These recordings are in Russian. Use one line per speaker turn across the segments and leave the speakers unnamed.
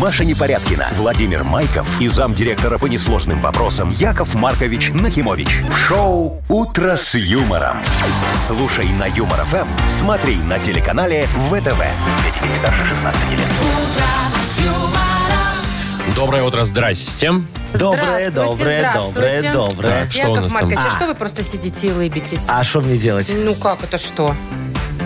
Маша Непорядкина, Владимир Майков и замдиректора по несложным вопросам Яков Маркович Нахимович. В шоу «Утро с юмором». Слушай на Юмор ФМ, смотри на телеканале ВТВ. Для детей старше 16 лет.
Доброе утро, здрасте.
Здравствуйте,
Доброе, доброе,
здравствуйте.
доброе, доброе.
Так, что у
Яков
нас там?
Маркович, а что вы просто сидите и лыбитесь?
А что мне делать?
Ну как это что?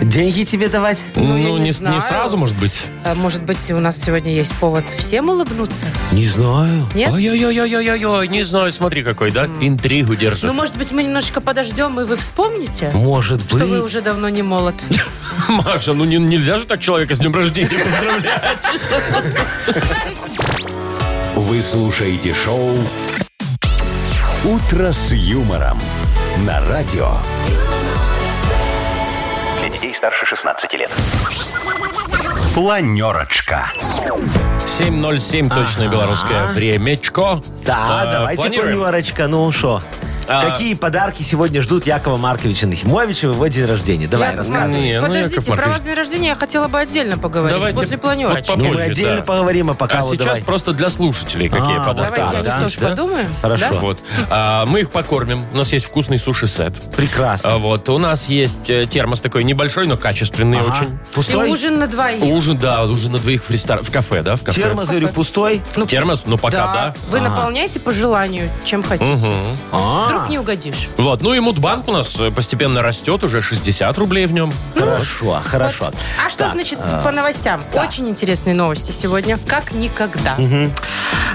Деньги тебе давать?
Ну, я не
не, с-
знаю.
сразу, может быть?
А, Может быть, у нас сегодня есть повод всем улыбнуться?
Не знаю.
Нет?
Ой-ой-ой-ой-ой, не знаю, смотри какой, да? Интригу держит.
Ну, может быть, мы немножечко подождем, и вы вспомните,
Может
что вы
быть.
уже давно не молод.
Маша, ну не- нельзя же так человека с днем рождения поздравлять.
Вы слушаете шоу «Утро с юмором» на радио. Для детей старше 16 лет. Планерочка.
7.07 точное белорусское времячко.
Да,
А,
давайте
планируем.
планерочка. Ну что?
А.
Какие подарки сегодня ждут Якова Марковича Нахимовича в его день рождения? Давай,
Яков
рассказывай.
Маркович,
Не, ну,
Подождите,
Яков
про
Маркович.
ваш день рождения я хотела бы отдельно поговорить,
Давайте
после планерочки.
попозже,
Ну, мы отдельно
да.
поговорим, а пока
А
вот
сейчас
давай.
просто для слушателей какие
А,
подарки.
Давайте
вот
о них
так, да,
тоже
да?
подумаем.
Хорошо.
да?
Вот. А, мы их покормим. У нас есть вкусный суши-сет.
Прекрасно.
А, Вот. У нас есть э, термос такой небольшой, но качественный
Ага.
очень.
И
Пустой?
ужин на двоих.
Ужин, да, ужин на двоих в ресторан. В кафе, да? В кафе.
Термос, говорю, пустой?
Термос, ну пока, да.
Вы наполняете по желанию, чем хотите.
Мгм.
А,
Вдруг не угодишь.
Вот, ну и мудбанк у нас э, постепенно растет, уже 60 рублей в нем.
Хорошо, хорошо.
Ну, А что
Так,
значит по новостям? Очень интересные новости сегодня, как никогда.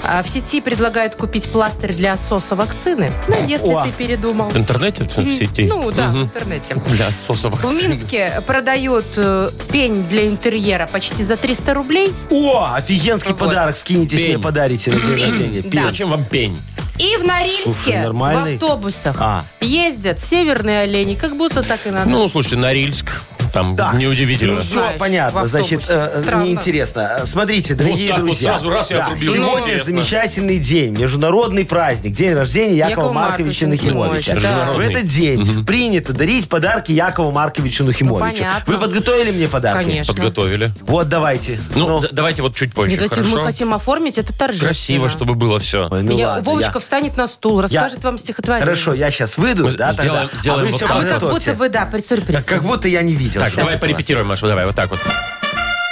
А, В сети предлагают купить пластырь для отсоса вакцины. Ну, если
О.
ты передумал.
В интернете, в сети.
Ну да, в
Мгм.
интернете.
Для отсоса
В
вакцины.
Минске продают э, пень для интерьера почти за 300 рублей.
О, офигенский
Вот.
подарок скинетесь,
Пень.
мне подарите на день рождения.
Да.
Пень.
Зачем вам пень?
И в
Слушай,
Норильске в
нормальный.
автобусах
А.
ездят северные олени, как будто так и надо.
Ну, слушайте, Норильск, там
Так.
неудивительно.
Ну, все
Знаешь,
понятно.
в
Значит,
автобусе.
э,
Странно.
неинтересно. Э, Смотрите, дорогие
так вот
друзья.
сразу раз и
Да,
отрубил.
Сегодня
Интересно.
замечательный день, международный праздник, день рождения Якова,
Якова
Марковича
Марковича
Нахимовича.
Нахимовича, да.
В этот день принято дарить подарки Якову Марковичу Нахимовичу.
Ну, понятно.
Вы подготовили мне подарки?
Конечно.
Подготовили.
Вот, давайте.
Ну, д- давайте вот чуть позже,
Не дайте, мы
хорошо?
хотим оформить это торжественно.
Красиво, чтобы было все.
Ой, ну
Я-
ладно,
Вовочка
я-
встанет на стул, расскажет вам стихотворение.
Хорошо, я сейчас выйду,
Мы
да,
сделаем-
тогда.
сделаем
а вы
вот
все
так
А вы как
подготовьте.
будто бы, да, при сюрпризе.
Как будто я не видел.
Так,
что
давай
это у вас.
порепетируем, Маша, давай, вот так вот.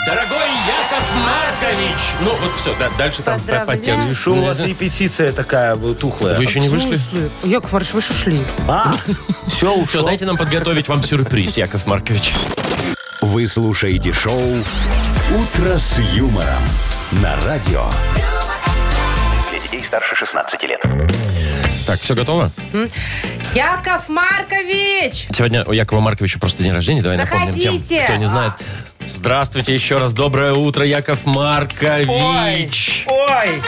Дорогой Яков Маркович! Ну, вот все, да, дальше там по, по
Поздравляю.
тексту.
И Что у вас репетиция такая э, тухлая?
Вы еще не
В
вышли?
смысле? Яков Марш, вы ж ушли.
А, все
Все,
ушло.
дайте нам подготовить вам сюрприз, Яков Маркович.
Вы слушаете шоу «Утро с юмором» на радио. Для детей старше 16 лет.
Так, все готово?
Яков Маркович!
Сегодня у Якова Марковича просто день рождения. Давай напомним
Заходите!
тем, кто не знает. Здравствуйте еще раз. Доброе утро, Яков Маркович.
Ой,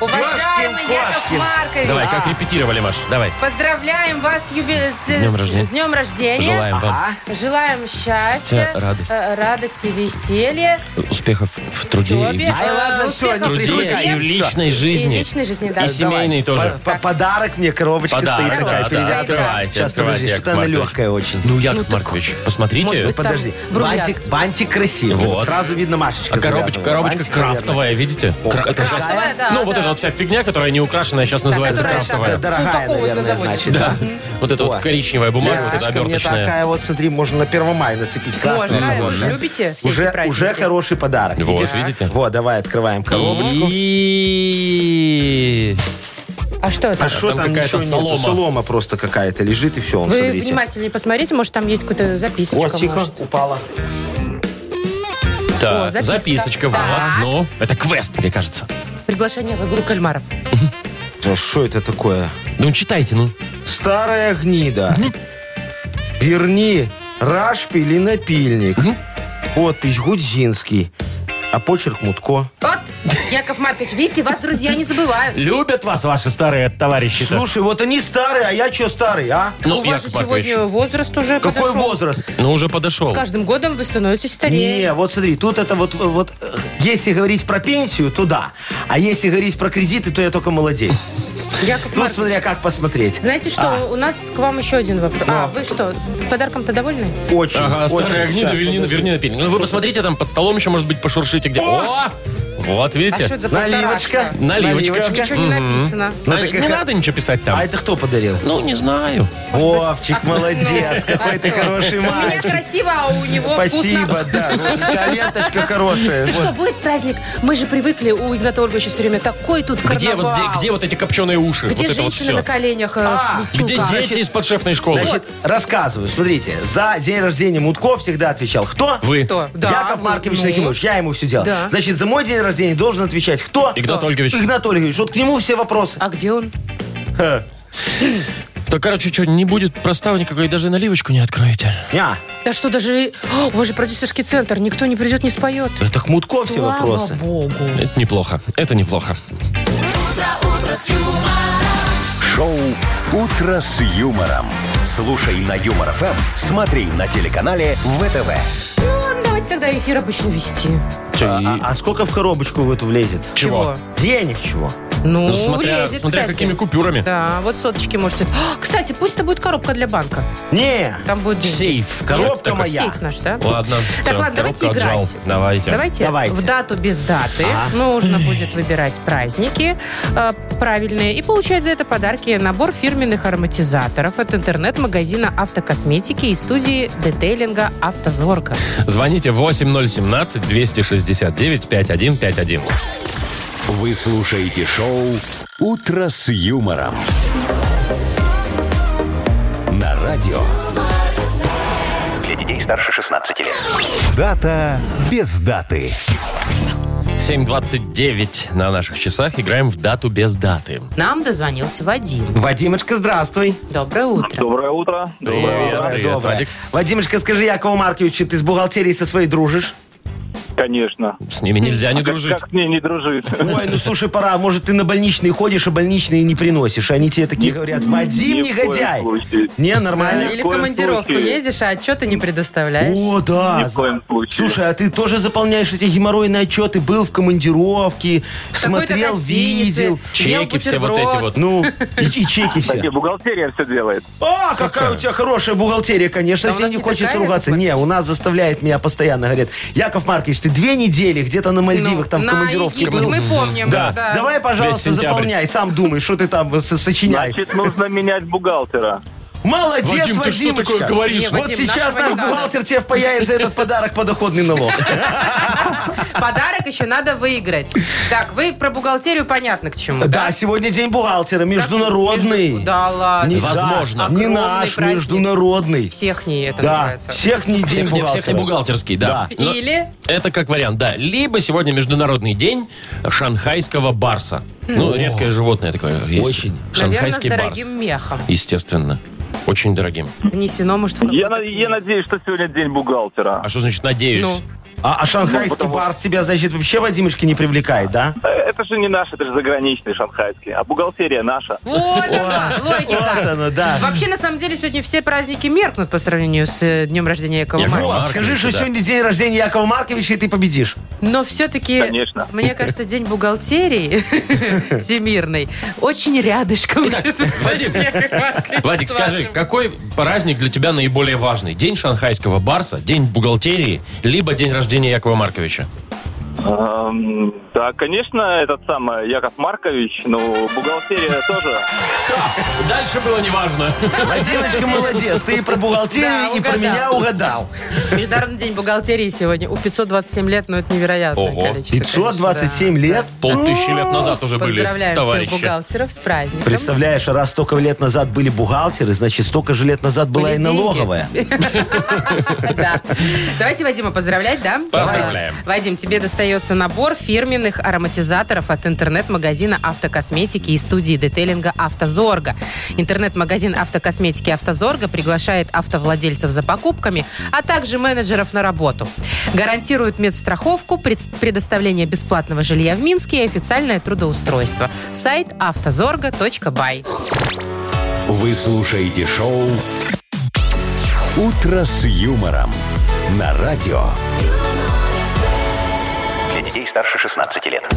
Уважаемый
Кошкин,
Яков
Кошкин.
Маркович!
Давай, как репетировали, Маш, давай.
Поздравляем вас юбе- с,
днем рождения.
с днем рождения.
Желаем вам
а?
Желаем счастья,
Счастья, радости.
э, радости, веселья,
успехов в труде.
учебе,
и-
Ай,
э,
ладно, всё,
успехов
не
в
Труде
труде.
привлекай.
и в личной жизни.
И в личной жизни, да.
И семейный тоже.
По- по- Подарок мне, коробочка
Подарок,
стоит такая
да,
перед
да,
Яковом.
открывайте,
Сейчас,
открывайте,
подожди,
Яков
что-то она
Маркович.
легкая очень.
Ну, Яков
Ну, так-
Маркович, посмотрите.
Может быть,
Ну, подожди,
там бриллиант.
бантик, бантик красивый.
Вот.
Вот Сразу видно Машечка
А коробочка,
завязывала.
коробочка
Бантик,
крафтовая, видите?
О,
Кра-
какая?
это сейчас-
Крафтовая, да,
ну, вот
да.
эта вот вся фигня, которая не украшенная, сейчас называется
которая
наверное.
крафтовая.
так,
Дорогая,
Упаковывают на
наверное,
заводе.
значит.
Да. Вот эта вот
О.
коричневая бумага, вот эта
Яшка, мне
оберточная.
такая вот, смотри, можно на 1 мая нацепить красную.
Можно, вы же
Можно.
любите все эти
Уже,
праздники.
уже хороший подарок.
Вот,
видишь?
видите?
Вот, давай открываем коробочку.
И...
А что это?
А что
там
там,
какая-то
ничего
солома.
нету? Солома просто какая-то лежит, и все, он,
Вы
смотрите.
внимательнее посмотрите, может, там есть какая-то записочка.
О, тихо,
может.
упала.
Так,
О, записка.
записочка, вот.
Так.
Ну, это квест, мне кажется.
Приглашение в игру кальмаров.
Да Что это такое?
Ну, читайте, ну.
Старая гнида. Верни рашпиль и напильник. Подпись Гудзинский. А почерк Мутко.
Вот, Яков Маркович, видите, вас друзья не забывают.
Любят вас ваши старые товарищи.
Слушай, вот они старые, а я что старый, а?
ну,
У вас же
Яков Маркович,
сегодня возраст уже
Какой
подошел.
возраст?
ну уже подошел.
С каждым годом вы становитесь старее.
Не, вот смотри, тут это вот, вот, э, если говорить про пенсию, то да. А если говорить про кредиты, то я только молодею.
Яков
Тут
Маркович,
смотря как посмотреть.
знаете что,
А. Ну.
у нас к вам еще один вопрос. А, вы что, подарком-то довольны?
Очень,
Ага,
очень.
старые огни,
Щас,
верни,
подожди.
верни напильник. Ну, вы посмотрите, там под столом еще, может быть, пошуршите где. О! Вот,
А что
видите?
это за
Наливочка.
полторашка?
Наливочка.
Ничего не написано.
На-
Ну, так и
не
как-
надо ничего писать там.
А это кто подарил?
Ну, не знаю.
Вовчик, молодец,
Ну,
какой ты
готов.
хороший
У меня
мальчик.
красиво, а у него вкусно.
Спасибо, да. Вот У тебя ленточка хорошая.
Так
Вот.
что, будет праздник? Мы же привыкли у Игната Ольговича все время такой тут карнавал.
Где вот, здесь- где вот эти копченые уши?
Где
вот это вот
женщина
все.
на коленях? э,
А,
Чулка?
Где дети из подшефной школы?
Значит, рассказываю. Смотрите, за день рождения Мутко всегда отвечал кто?
Вы.
Кто? Да,
Яков
вы,
Маркович
ну.
Нахимович. Я ему все делал.
Да.
Значит, за мой день рождения должен отвечать кто?
Игнат Ольгович.
Игнат Ольгович. Вот к нему все вопросы.
А где он?
Да, короче, что, не будет проставы никакой, даже наливочку не откроете.
Я.
Да что, даже... О, у вас же продюсерский центр. Никто не придет, не споет.
Это к Мутко все
Слава
вопросы.
богу.
Это неплохо. Это неплохо.
Шоу «Утро с юмором». Слушай на Юмор ФМ, смотри на телеканале ВТВ.
Ну, ладно, давайте тогда эфир обычно вести.
Чё, и-
А, а сколько в коробочку в эту влезет?
Чего?
Денег чего?
Ну,
Ну, смотря,
влезет,
смотря
кстати.
какими купюрами.
Да, вот соточки можете. А, кстати, пусть это будет коробка для банка.
Не,
Там будет деньги.
Сейф.
коробка
Такой.
моя.
Сейф наш, да?
Ладно.
Так,
всё,
ладно, давайте
коробку отжал.
играть.
Давайте.
Давайте,
Давайте.
в дату без даты нужно будет выбирать праздники э, правильные и получать за это подарки набор фирменных ароматизаторов от интернет-магазина автокосметики и студии детейлинга «Автозорка».
Звоните 8017-269-5151.
Вы слушаете шоу «Утро с юмором». На радио. Для детей старше 16 лет. Дата без даты.
7.29 на наших часах. Играем в дату без даты.
Нам дозвонился Вадим.
Вадимочка, здравствуй.
Доброе утро.
Доброе утро.
Привет, привет, Вадик.
Вадимочка, скажи, Якову Марковичу, ты с бухгалтерией со своей дружишь?
Конечно.
С ними нельзя не
А
Как-
дружить.
Как мне не дружить?
Ой, ну слушай, пора. Может, ты на больничные ходишь, а больничные не приносишь. Они тебе такие говорят, Вадим,
ни в коем
негодяй.
случае.
Не,
Да,
нормально.
Или в
Какой
командировку
случай?
ездишь, а отчеты не предоставляешь.
О, да.
Ни в коем случае.
Слушай, а ты тоже заполняешь эти геморройные отчеты? Был в командировке,
В какой-то
смотрел,
гостинице,
видел.
ел
Чеки все вот эти
бутерброд.
вот.
Ну, и, и чеки
Кстати,
все.
бухгалтерия все делает.
А, какая у тебя хорошая бухгалтерия,
Да
конечно,
у
если
нас
не
не
хочется
такая,
ругаться.
Яков
Не, у нас заставляет меня постоянно, говорят, Яков Маркович, ты две недели где-то на
Ну,
Мальдивах, там в
на
командировке
Египет
был.
мы помним.
Да.
Давай, пожалуйста,
Весь сентябрь.
заполняй, сам думай, что ты там с- сочиняй.
Значит, нужно менять бухгалтера.
Молодец,
Вадим, ты что
Вадимочка.
такое говоришь?
Не,
Вот
Вадим, нашего
сейчас наш
не надо.
бухгалтер тебе впаяет за этот подарок подоходный налог.
Подарок еще надо выиграть. Так, вы про бухгалтерию понятно к чему.
Да, сегодня день бухгалтера,
Как-
международный.
Да ладно.
Не-
Возможно.
да, Не
Огромный
наш,
праздник.
международный.
Всех не это
Да,
называется.
всех не день
Всех не, всех не
бухгалтера.
бухгалтерский, да.
Да.
Но
Или
Это как вариант, да. Либо сегодня международный день шанхайского барса. Ну, редкое животное такое есть.
Очень.
Наверное, с
Шанхайский барс.
дорогим мехом.
Естественно. Очень дорогим.
Внесено, может, в
Я, на-
какой-то
я
книгу.
надеюсь, что сегодня день бухгалтера.
А что значит надеюсь?
Ну,
А, а шанхайский барс тебя, значит, вообще, Вадимочка, не привлекает, да?
Э, Это же не наш, это же заграничный шанхайский. А бухгалтерия наша.
вот она,
Вот
логика.
оно, да.
Вообще, на самом деле, сегодня все праздники меркнут по сравнению с э, днем рождения Якова
Я
Марковича.
Вот,
Марковича,
скажи, что
да.
сегодня день рождения Якова Марковича, и ты победишь.
Но все-таки,
Конечно.
мне кажется, День бухгалтерии всемирный очень рядышком. где-то стоит
Вадим,
Яков Маркович
Вадик,
с
скажи,
вашим.
какой праздник для тебя наиболее важный? День шанхайского барса, день бухгалтерии, либо день рождения Якова Марковича?
Эм, да, конечно, этот самый Яков Маркович, но бухгалтерия тоже.
Все, дальше было неважно.
Вадимочка, молодец, ты и про
Да,
бухгалтерию, и про
угадал.
меня угадал.
Международный день бухгалтерии сегодня. У 527 лет, но это невероятное
Ого.
количество. конечно, да.
527 лет.
Полтысячи лет назад уже были
Поздравляем всех
товарищи.
бухгалтеров с праздником.
Представляешь, раз столько лет назад были бухгалтеры, значит, столько же лет назад была
Были
и
деньги.
налоговая.
Да. Давайте Вадима поздравлять, да?
Поздравляем.
Давай. Вадим, тебе достается набор фирменных ароматизаторов от интернет-магазина автокосметики и студии детейлинга «Автозорга». Интернет-магазин автокосметики «Автозорга» приглашает автовладельцев за покупками, а также менеджеров на работу. Гарантирует медстраховку, пред- предоставление бесплатного жилья в Минске и официальное трудоустройство. Сайт автозорга.бай.
Вы слушаете шоу «Утро с юмором» на радио. Для детей старше 16 лет.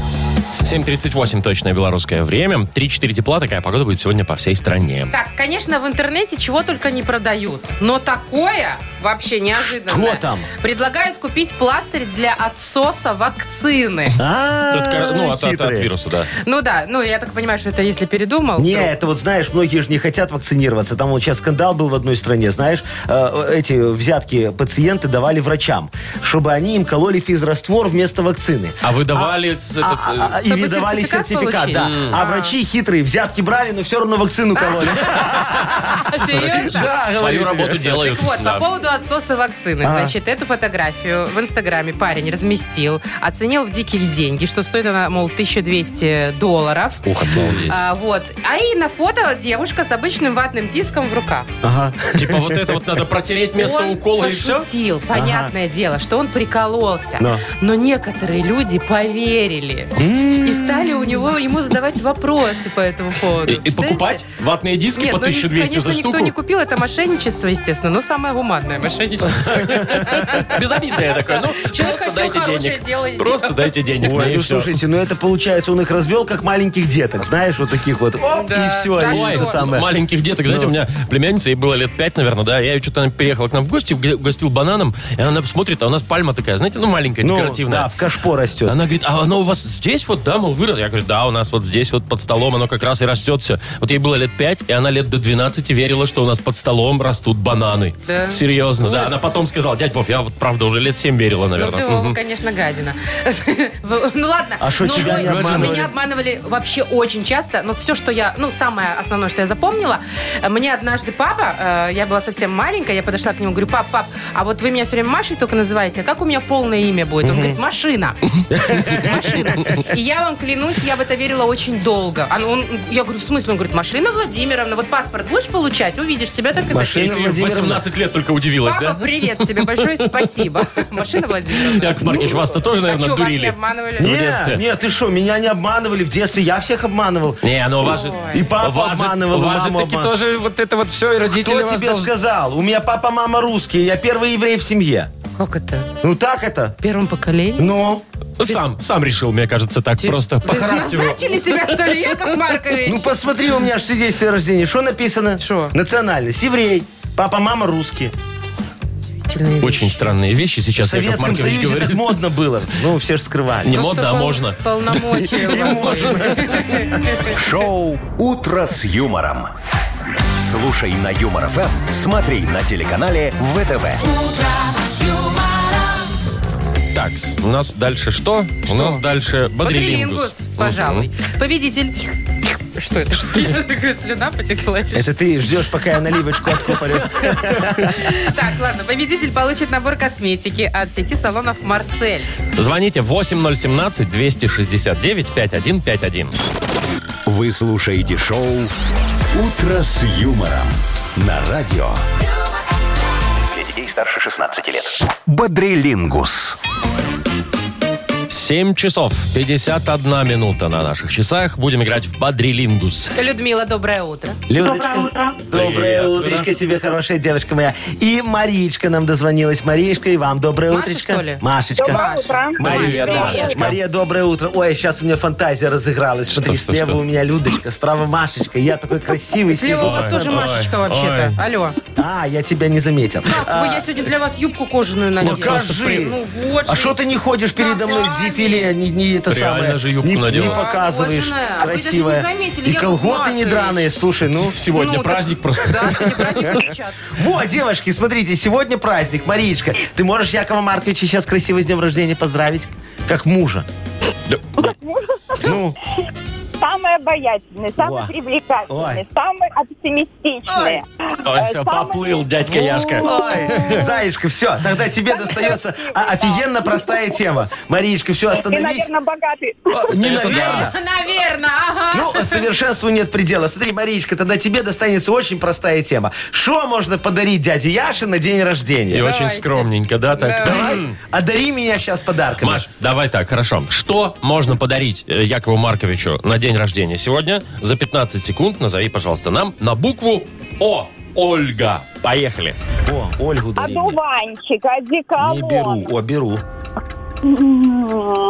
7.38 точное белорусское время. 3-4 тепла, такая погода будет сегодня по всей стране.
Так, конечно, в интернете чего только не продают, но такое вообще неожиданно.
Что там?
Предлагают купить пластырь для отсоса вакцины.
А,
Тут кор- ну, от, от- от вируса, да.
Ну да, ну я так понимаю, что это если передумал.
Не,
вдруг.
это вот, знаешь, многие же не хотят вакцинироваться. Там вот сейчас скандал был в одной стране, знаешь, э, эти взятки пациенты давали врачам, чтобы они им кололи физраствор вместо вакцины.
А вы давали ц- этот, э,
А- а-
э,
и
Чтобы
выдавали
сертификат
сертификат, да.
получить? А.
А врачи хитрые, взятки брали, но все равно вакцину кололи.
Серьезно?
Да, А.
э, свою
говорю тебе.
работу делают.
а, Так вот, а
да.
по поводу отсоса вакцины. Значит, эту фотографию в Инстаграме парень разместил, оценил в дикие деньги, что стоит она, мол, 1200 долларов.
Ух, обалдеть.
А, вот. А и на фото девушка с обычным ватным диском в руках.
Ага.
Типа вот это вот надо протереть место
он
укола и все?
пошутил, понятное дело, что он прикололся.
Но.
Но. некоторые люди поверили и стали у него ему задавать вопросы по этому поводу.
И, и
Представляете?
покупать ватные диски
Нет,
по
ну, ни-
1200
конечно,
за штуку?
никто не купил, это мошенничество, естественно, но самое гуманное мошенничество.
Безобидное такое. Ну,
Человек
просто
хотел
дайте
хорошее
денег.
дело сделать.
Просто дайте денег.
Ой,
мне и
ну
всё.
слушайте, ну это получается, он их развел как маленьких деток, знаешь, вот таких вот. Оп,
Да.
и все,
Да
Ой,
это
что?
самое. Ну.
маленьких деток. Знаете, у меня племянница, ей было лет пять, наверное, да. Я ее что-то переехала к нам в гости, уг- угостил бананом, и она смотрит, а у нас пальма такая, знаете, ну маленькая,
Ну,
декоративная.
да, в кашпо растет.
Она говорит, а оно у вас здесь вот, да, мол, вырос? Я говорю, да, у нас вот здесь вот под столом оно как раз и растет все. Вот ей было лет 5, и она лет до 12 верила, что у нас под столом растут бананы.
Да.
Серьезно, да.
Ужас.
Она потом сказала, дядь Вов, я вот правда уже лет 7 верила,
Ну ты,
наверное.
Вова,
Мгм.
конечно, гадина. В- Ну ладно.
А шо,
Но
тебя
мой-
не обманывали?
Меня обманывали вообще очень часто. Но все, что я... Ну, самое основное, что я запомнила. э, Мне однажды папа, э, я была совсем маленькая, я подошла к нему, говорю, пап, пап, а вот вы меня все время Машей только называете, а как у меня полное имя будет? Он говорит, машина. Машина. И я вам клянусь, я в это верила очень долго. А он- Я говорю, в смысле? Он говорит, машина Владимировна, вот паспорт будешь получать, увидишь, тебя так и
И
Машина
ты
запишут».
в 18 лет только удивилась,
Папа,
да?
привет тебе большое, спасибо. Машина Владимировна.
Яков Маркович, вас-то тоже,
А
наверное,
что, вас не
дурили.
обманывали?
в
Нет,
детстве.
нет, ты что, меня не обманывали в детстве, я всех обманывал.
Не, ну у вас же...
Ой.
И
у
папа
вас же-
обманывал,
у
и
вас же
мама
таки
обманывала.
тоже вот это вот все, и родители
Кто
вас
тебе
должны-
сказал? У меня папа, мама русские, я первый еврей в семье.
Как это?
Ну так это?
В первом поколении?
Ну?
Сам, сам решил, мне кажется, так просто, по
Вы
характеру.
назначили себя, что ли, Яков Маркович?
Ну посмотри, у меня же свидетельство о рождении. Что написано?
Шо?
Национальность. Еврей. Папа, мама русские.
Удивительные
Очень
вещи.
странные вещи
В
сейчас Яков
Советском
Маркович
Союзе
говорит.
так модно было. Ну, все же скрывали.
Не
Просто
модно, а
пол-
можно.
Полномочия у вас были.
Шоу «Утро с юмором». Слушай на Юмор ФМ, смотри на телеканале ВТВ.
Так, у нас дальше что? У нас дальше
Бодрилингус,
бодрилингус.
пожалуй.
Мгм.
Победитель. Что это? Такая слюна потекла.
Это ты ждешь, пока я наливочку откупорю.
Так, ладно. Победитель получит набор косметики от сети салонов «Марсель».
Звоните 8017-269-5151.
Вы слушаете шоу «Утро с юмором» на радио. Для детей старше 16 лет. Бодрилингус.
7 часов 51 минута на наших часах. Будем играть в бодрилингус.
Людмила, доброе утро.
Доброе
Людочка.
утро.
Привет,
Доброе утречко тебе, хорошая девочка моя. И Маричка нам дозвонилась. Маришка, и вам доброе
Маша,
утречко.
что ли?
Машечка.
Доброе
Маша.
утро.
Мария,
Привет,
да.
Машечка.
Мария, доброе утро. Ой, сейчас у меня фантазия разыгралась. Смотри,
что,
слева
что?
у меня Людочка, справа Машечка. Я такой красивый
Слева у вас
сижу.
тоже
ой,
Машечка
ой.
вообще-то. Алло.
А, я тебя не заметил.
Так, вы- я сегодня для вас юбку кожаную надела.
Покажи.
Ну вот.
А что ты не ходишь передо мной в дефиле, не, не это
Реально
самое,
же юбку
не,
надела.
не показываешь,
Кожаная. А вы даже не
красивая.
заметили,
и
Яков
колготы не
Маркович.
драные, слушай, ну.
Сегодня
Ну, так-
праздник просто.
Да, сегодня праздник девчат.
Во, девушки, смотрите, сегодня праздник, Маричка. Ты можешь Якова Марковича сейчас красиво с днем рождения поздравить? Как мужа. Ну,
Самый обаятельный, самый
Во.
привлекательный,
Ой.
самый оптимистичный.
Ой,
Э,
все,
самый-
поплыл дядька Яшка.
ой, Заишка, все, тогда тебе достается а, офигенно простая тема. Маричка, все,
И,
остановись.
наверное, богатый.
О, Не, наверное.
Наверное, ага.
Ну, совершенству нет предела. Смотри, Маричка, тогда тебе достанется очень простая тема. Что можно подарить дяде Яше на день
И
рождения?
очень скромненько, да? Так.
Давай, одари меня сейчас подарками.
Маш, давай так, хорошо. Что можно подарить э, Якову Марковичу на день рождения сегодня? За 15 секунд назови, пожалуйста, нам на букву О. Ольга. Поехали.
О,
А
Ольгу дари мне.
Одуванчик,
Не беру,
одеколон.
о, беру.
Ну,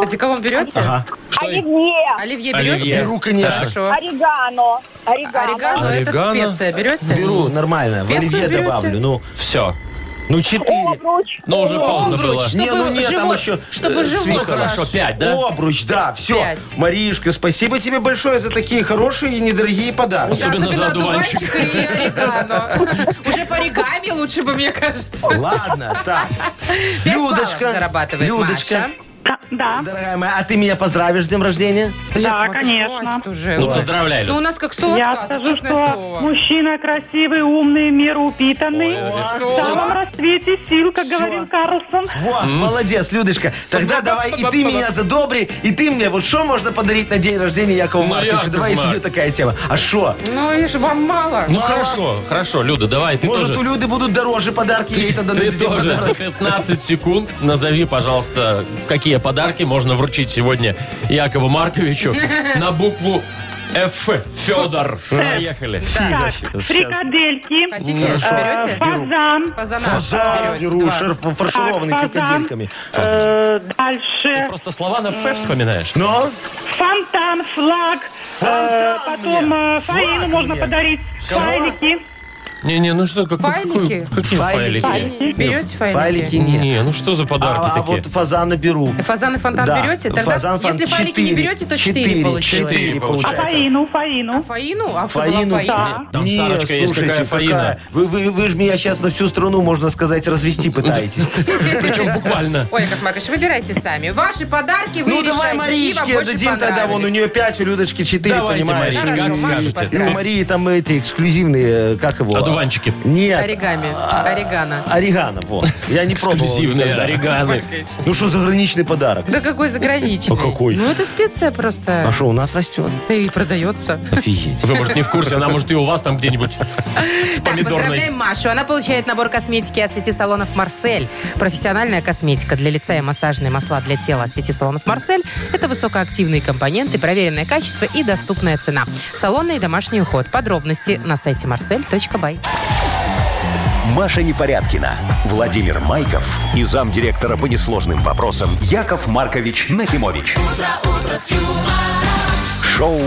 М,
Одеколон берете?
Ага.
Что и-
Оливье,
Оливье
Оливье.
берете?
Беру, конечно.
Хорошо.
орегано. Орегано.
Орегано, это
Орегано.
специя берете?
Беру, нормально. В
Специи
оливье
берете?
добавлю. Ну,
Все.
Ну, четыре.
Обруч.
Но уже поздно
обруч,
было.
Чтобы
Не, ну нет, там
живот-
еще...
чтобы живот
Ну хорошо,
Хорошо.
пять, да?
Обруч, да, все.
Пять.
Маришка, спасибо тебе большое за такие хорошие и недорогие подарки.
Да,
Особенно за одуванчик.
одуванчик и оригано. Уже по оригами лучше бы, мне кажется.
Ладно, так.
Пять баллов зарабатывает
Людочка,
Маша.
Да, да.
дорогая моя, а ты меня поздравишь с днем рождения?
Лев,
Да,
Марк,
конечно.
хватит уже.
Ну,
Ой.
поздравляю,
Ну, у
Люд.
нас как стол
Я
отказов,
скажу,
честное
что
слово.
мужчина красивый, умный, мироупитанный. В самом расцвете сил, как
Всё.
говорил Карлсон.
Вот, молодец, Людочка. Тогда давай и ты меня задобри, и ты мне. Вот что можно подарить на день рождения Якова
Ну,
Марковича?
Яков
Давай и тебе
Марк.
такая тема. А что?
Ну, видишь, вам мало.
Ну хорошо, хорошо, Люда, давай, ты
Может, у
тоже.
Люды будут дороже подарки, ей тогда
Ты
дадите
тоже за
подарок.
15 секунд назови, пожалуйста, какие подарки можно вручить сегодня Якову Марковичу на букву Ф. Федор. Поехали.
Так,
щас.
фрикадельки.
Хотите,
Хорошо.
э,
берете?
Фазан.
Фазана
Фазан,
берете,
беру,
два.
шар- фаршированный
Так, фазан.
фрикадельками.
Э, Дальше.
Просто слова на Ф вспоминаешь.
Но
Фонтан, флаг.
Фонтан
Э, Потом
мне.
э, Фаину
Флаг
можно
мне.
подарить. Файлики.
Не-не, ну что, как, как- какую-
Файлики?
какие
Файлики.
файлики?
Берете
файлики
файлики?
нет.
Не, ну что за
А,
подарки
а
такие?
вот фазана беру.
Фазан и фонтан
Да,
берете? Тогда,
фазан, фон-
если файлики не
четыре.
берете, то 4
Четыре,
получилось.
четыре
Четыре
А
получается.
Фаину, Фаину.
Фаину? А что была
Фаину.
Фаина?
Да.
Там Сарочка есть, какая Фаина. Ну,
Вы, вы, вы же меня сейчас на всю страну, можно сказать, развести пытаетесь.
Причем буквально.
Ой, как Маркович, выбирайте сами. Ваши подарки вы
Ну давай
решайте, чьи вам
Маричке
больше
дадим тогда, вон у
понравились.
нее 5, у Людочки 4,
Давайте,
понимаешь?
Мария,
Хорошо,
как
Машу
скажете.
И у Марии там эти эксклюзивные, э, как его?
Одуванчики.
Нет,
Оригами. Оригано.
А, орегано, во. Я не пробовал.
Эксклюзивные
никогда.
ориганы.
Ну что, заграничный подарок?
Да какой заграничный.
А какой?
Ну это специя просто.
А что, у нас растет?
Да и продается.
Офигеть.
Вы, может, не в курсе, она, может, и у вас там где-нибудь в
Так,
помидорной.
поздравляем Машу. Она получает набор косметики от сети салонов «Марсель». Профессиональная косметика для лица и массажные масла для тела от сети салонов «Марсель» – это высокоактивные компоненты, проверенное качество и доступная цена. Салонный и домашний уход. Подробности на сайте marsel.by.
Маша Непорядкина, Владимир Майков и замдиректора по несложным вопросам Яков Маркович Нахимович. Шоу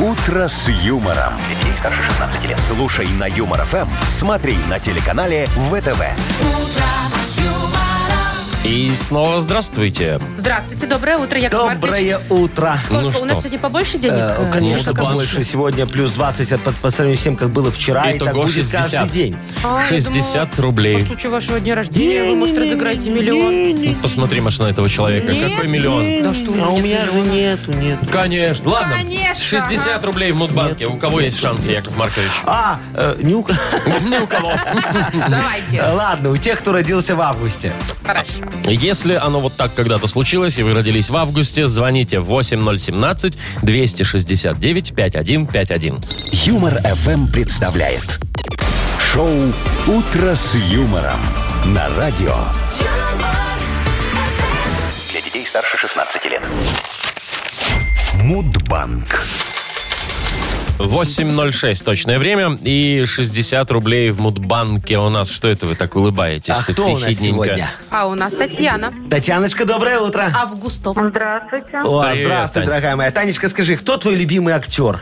Утро с юмором. Для детей старше 16 лет. Слушай на юмор ФМ, смотри на телеканале ВТВ.
И снова здравствуйте.
Здравствуйте, доброе утро, Яков Маркович.
Доброе утро.
Сколько?
Ну
у нас
что?
сегодня побольше денег?
Э,
э,
Конечно,
ну,
как обычно?
больше. Сегодня плюс 20 от- по, по сравнению с тем, как было вчера. и
Итого
так будет
60.
каждый день.
А, я
60
думала,
рублей.
По случаю вашего дня рождения вы, может, разыграете миллион.
Ну, Посмотри, машина этого человека.
Нет,
Э, Какой миллион?
Да что вы,
А у
нет
меня же
миллиона.
нету, нету.
Конечно. Ладно.
Конечно,
60
ага.
рублей в Мудбанке. У кого есть шансы, Яков Маркович?
А, э, нюк.
Ни
Ну,
у кого.
Давайте.
Ладно, у тех, кто родился в августе.
Хорошо.
Если оно вот так когда-то случилось, и вы родились в августе, звоните 8017-269-5151.
Юмор ФМ представляет. Шоу Утро с юмором на радио. Для детей старше 16 лет. Мудбанк.
8.06 точное время и 60 рублей в Мудбанке у нас. Что это вы так улыбаетесь?
А
тут
кто у нас
ехидненько?
сегодня?
А у нас Татьяна
Татьяночка, доброе утро.
А, Августовская.
Здравствуйте.
О,
Привет,
здравствуй,
Тань.
дорогая моя. Танечка, скажи, кто твой любимый актер?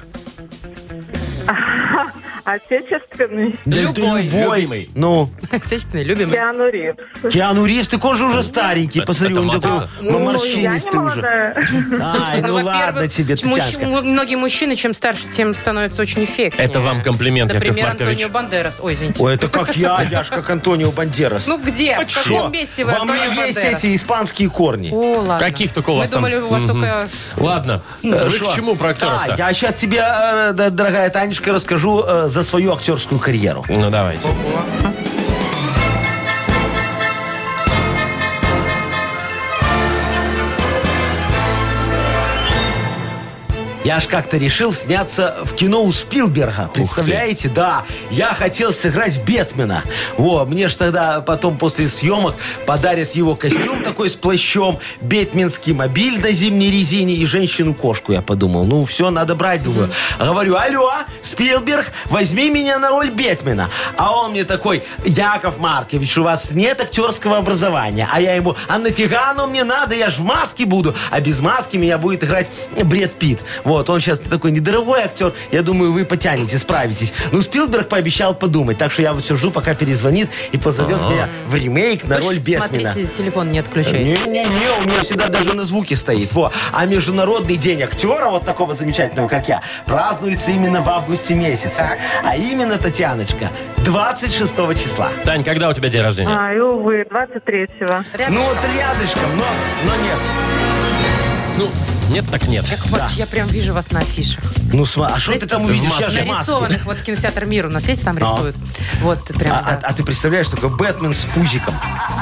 Отечественный
Да ты
Любой.
Любимый.
Ну,
Отечественный, любимый.
Киану Ривз. Ну,
Киану Ривз, ты кожа уже старенький.
Это-
Посмотри,
это
он такой
матрица.
Ну,
м- морщинистый уже. Ай, ну ладно тебе,
мужч-
Татьянка.
м- Многие мужчины, чем старше, тем становятся очень эффектнее.
Это вам комплимент, Яков
Например,
Маркович.
Антонио Бандерас. Ой, извините.
Ой, это как я, я ж как Антонио Бандерас.
Ну где? В
Что?
каком месте вы,
Во мне
Антонио
есть
Бандерас?
эти испанские корни.
О, ладно.
Каких только у вас
Мы думали,
там?
у вас
Мгм.
только...
Ладно.
Э,
Вы
шо?
к чему про актеров-то?
А, я сейчас тебе, э, д- дорогая Танечка, расскажу э, за свою актерскую карьеру.
Ну, давайте.
Я ж как-то решил сняться в кино у Спилберга. Представляете? Да. Я хотел сыграть Бетмена. Во, мне ж тогда потом после съемок подарят его костюм такой с плащом, бетменский мобиль на зимней резине и женщину-кошку, я подумал. Ну, все, надо брать, думаю. Говорю, алло, Спилберг, возьми меня на роль Бетмена. А он мне такой, Яков Маркович, у вас нет актерского образования. А я ему, а нафига оно мне надо? Я ж в маске буду. А без маски меня будет играть Бред Пит. Вот. Вот, он сейчас такой недорогой актер. Я думаю, вы потянете, справитесь. Ну, Спилберг пообещал подумать. Так что я вот все жду, пока перезвонит и позовет меня в ремейк на роль Бетмена.
Смотрите, телефон не отключайте.
Не-не-не, у меня всегда даже на звуке стоит. Во. А Международный день актера, вот такого замечательного, как я, празднуется именно в августе месяце. А именно, Татьяночка, 26 числа.
Тань, когда у тебя день рождения?
Ай, А, увы, 23-го.
Рядом-
Ну вот рядышком, но, но нет. А.
Ну, нет так нет.
Яков Маркович, я прям вижу вас на афишах.
Ну сма- а что ты там увидишь? Сейчас же маски.
Нарисованных, вот кинотеатр «Мир» у нас есть, там рисуют. Вот прям,
А,
да.
а- а ты представляешь, такой Бэтмен с пузиком.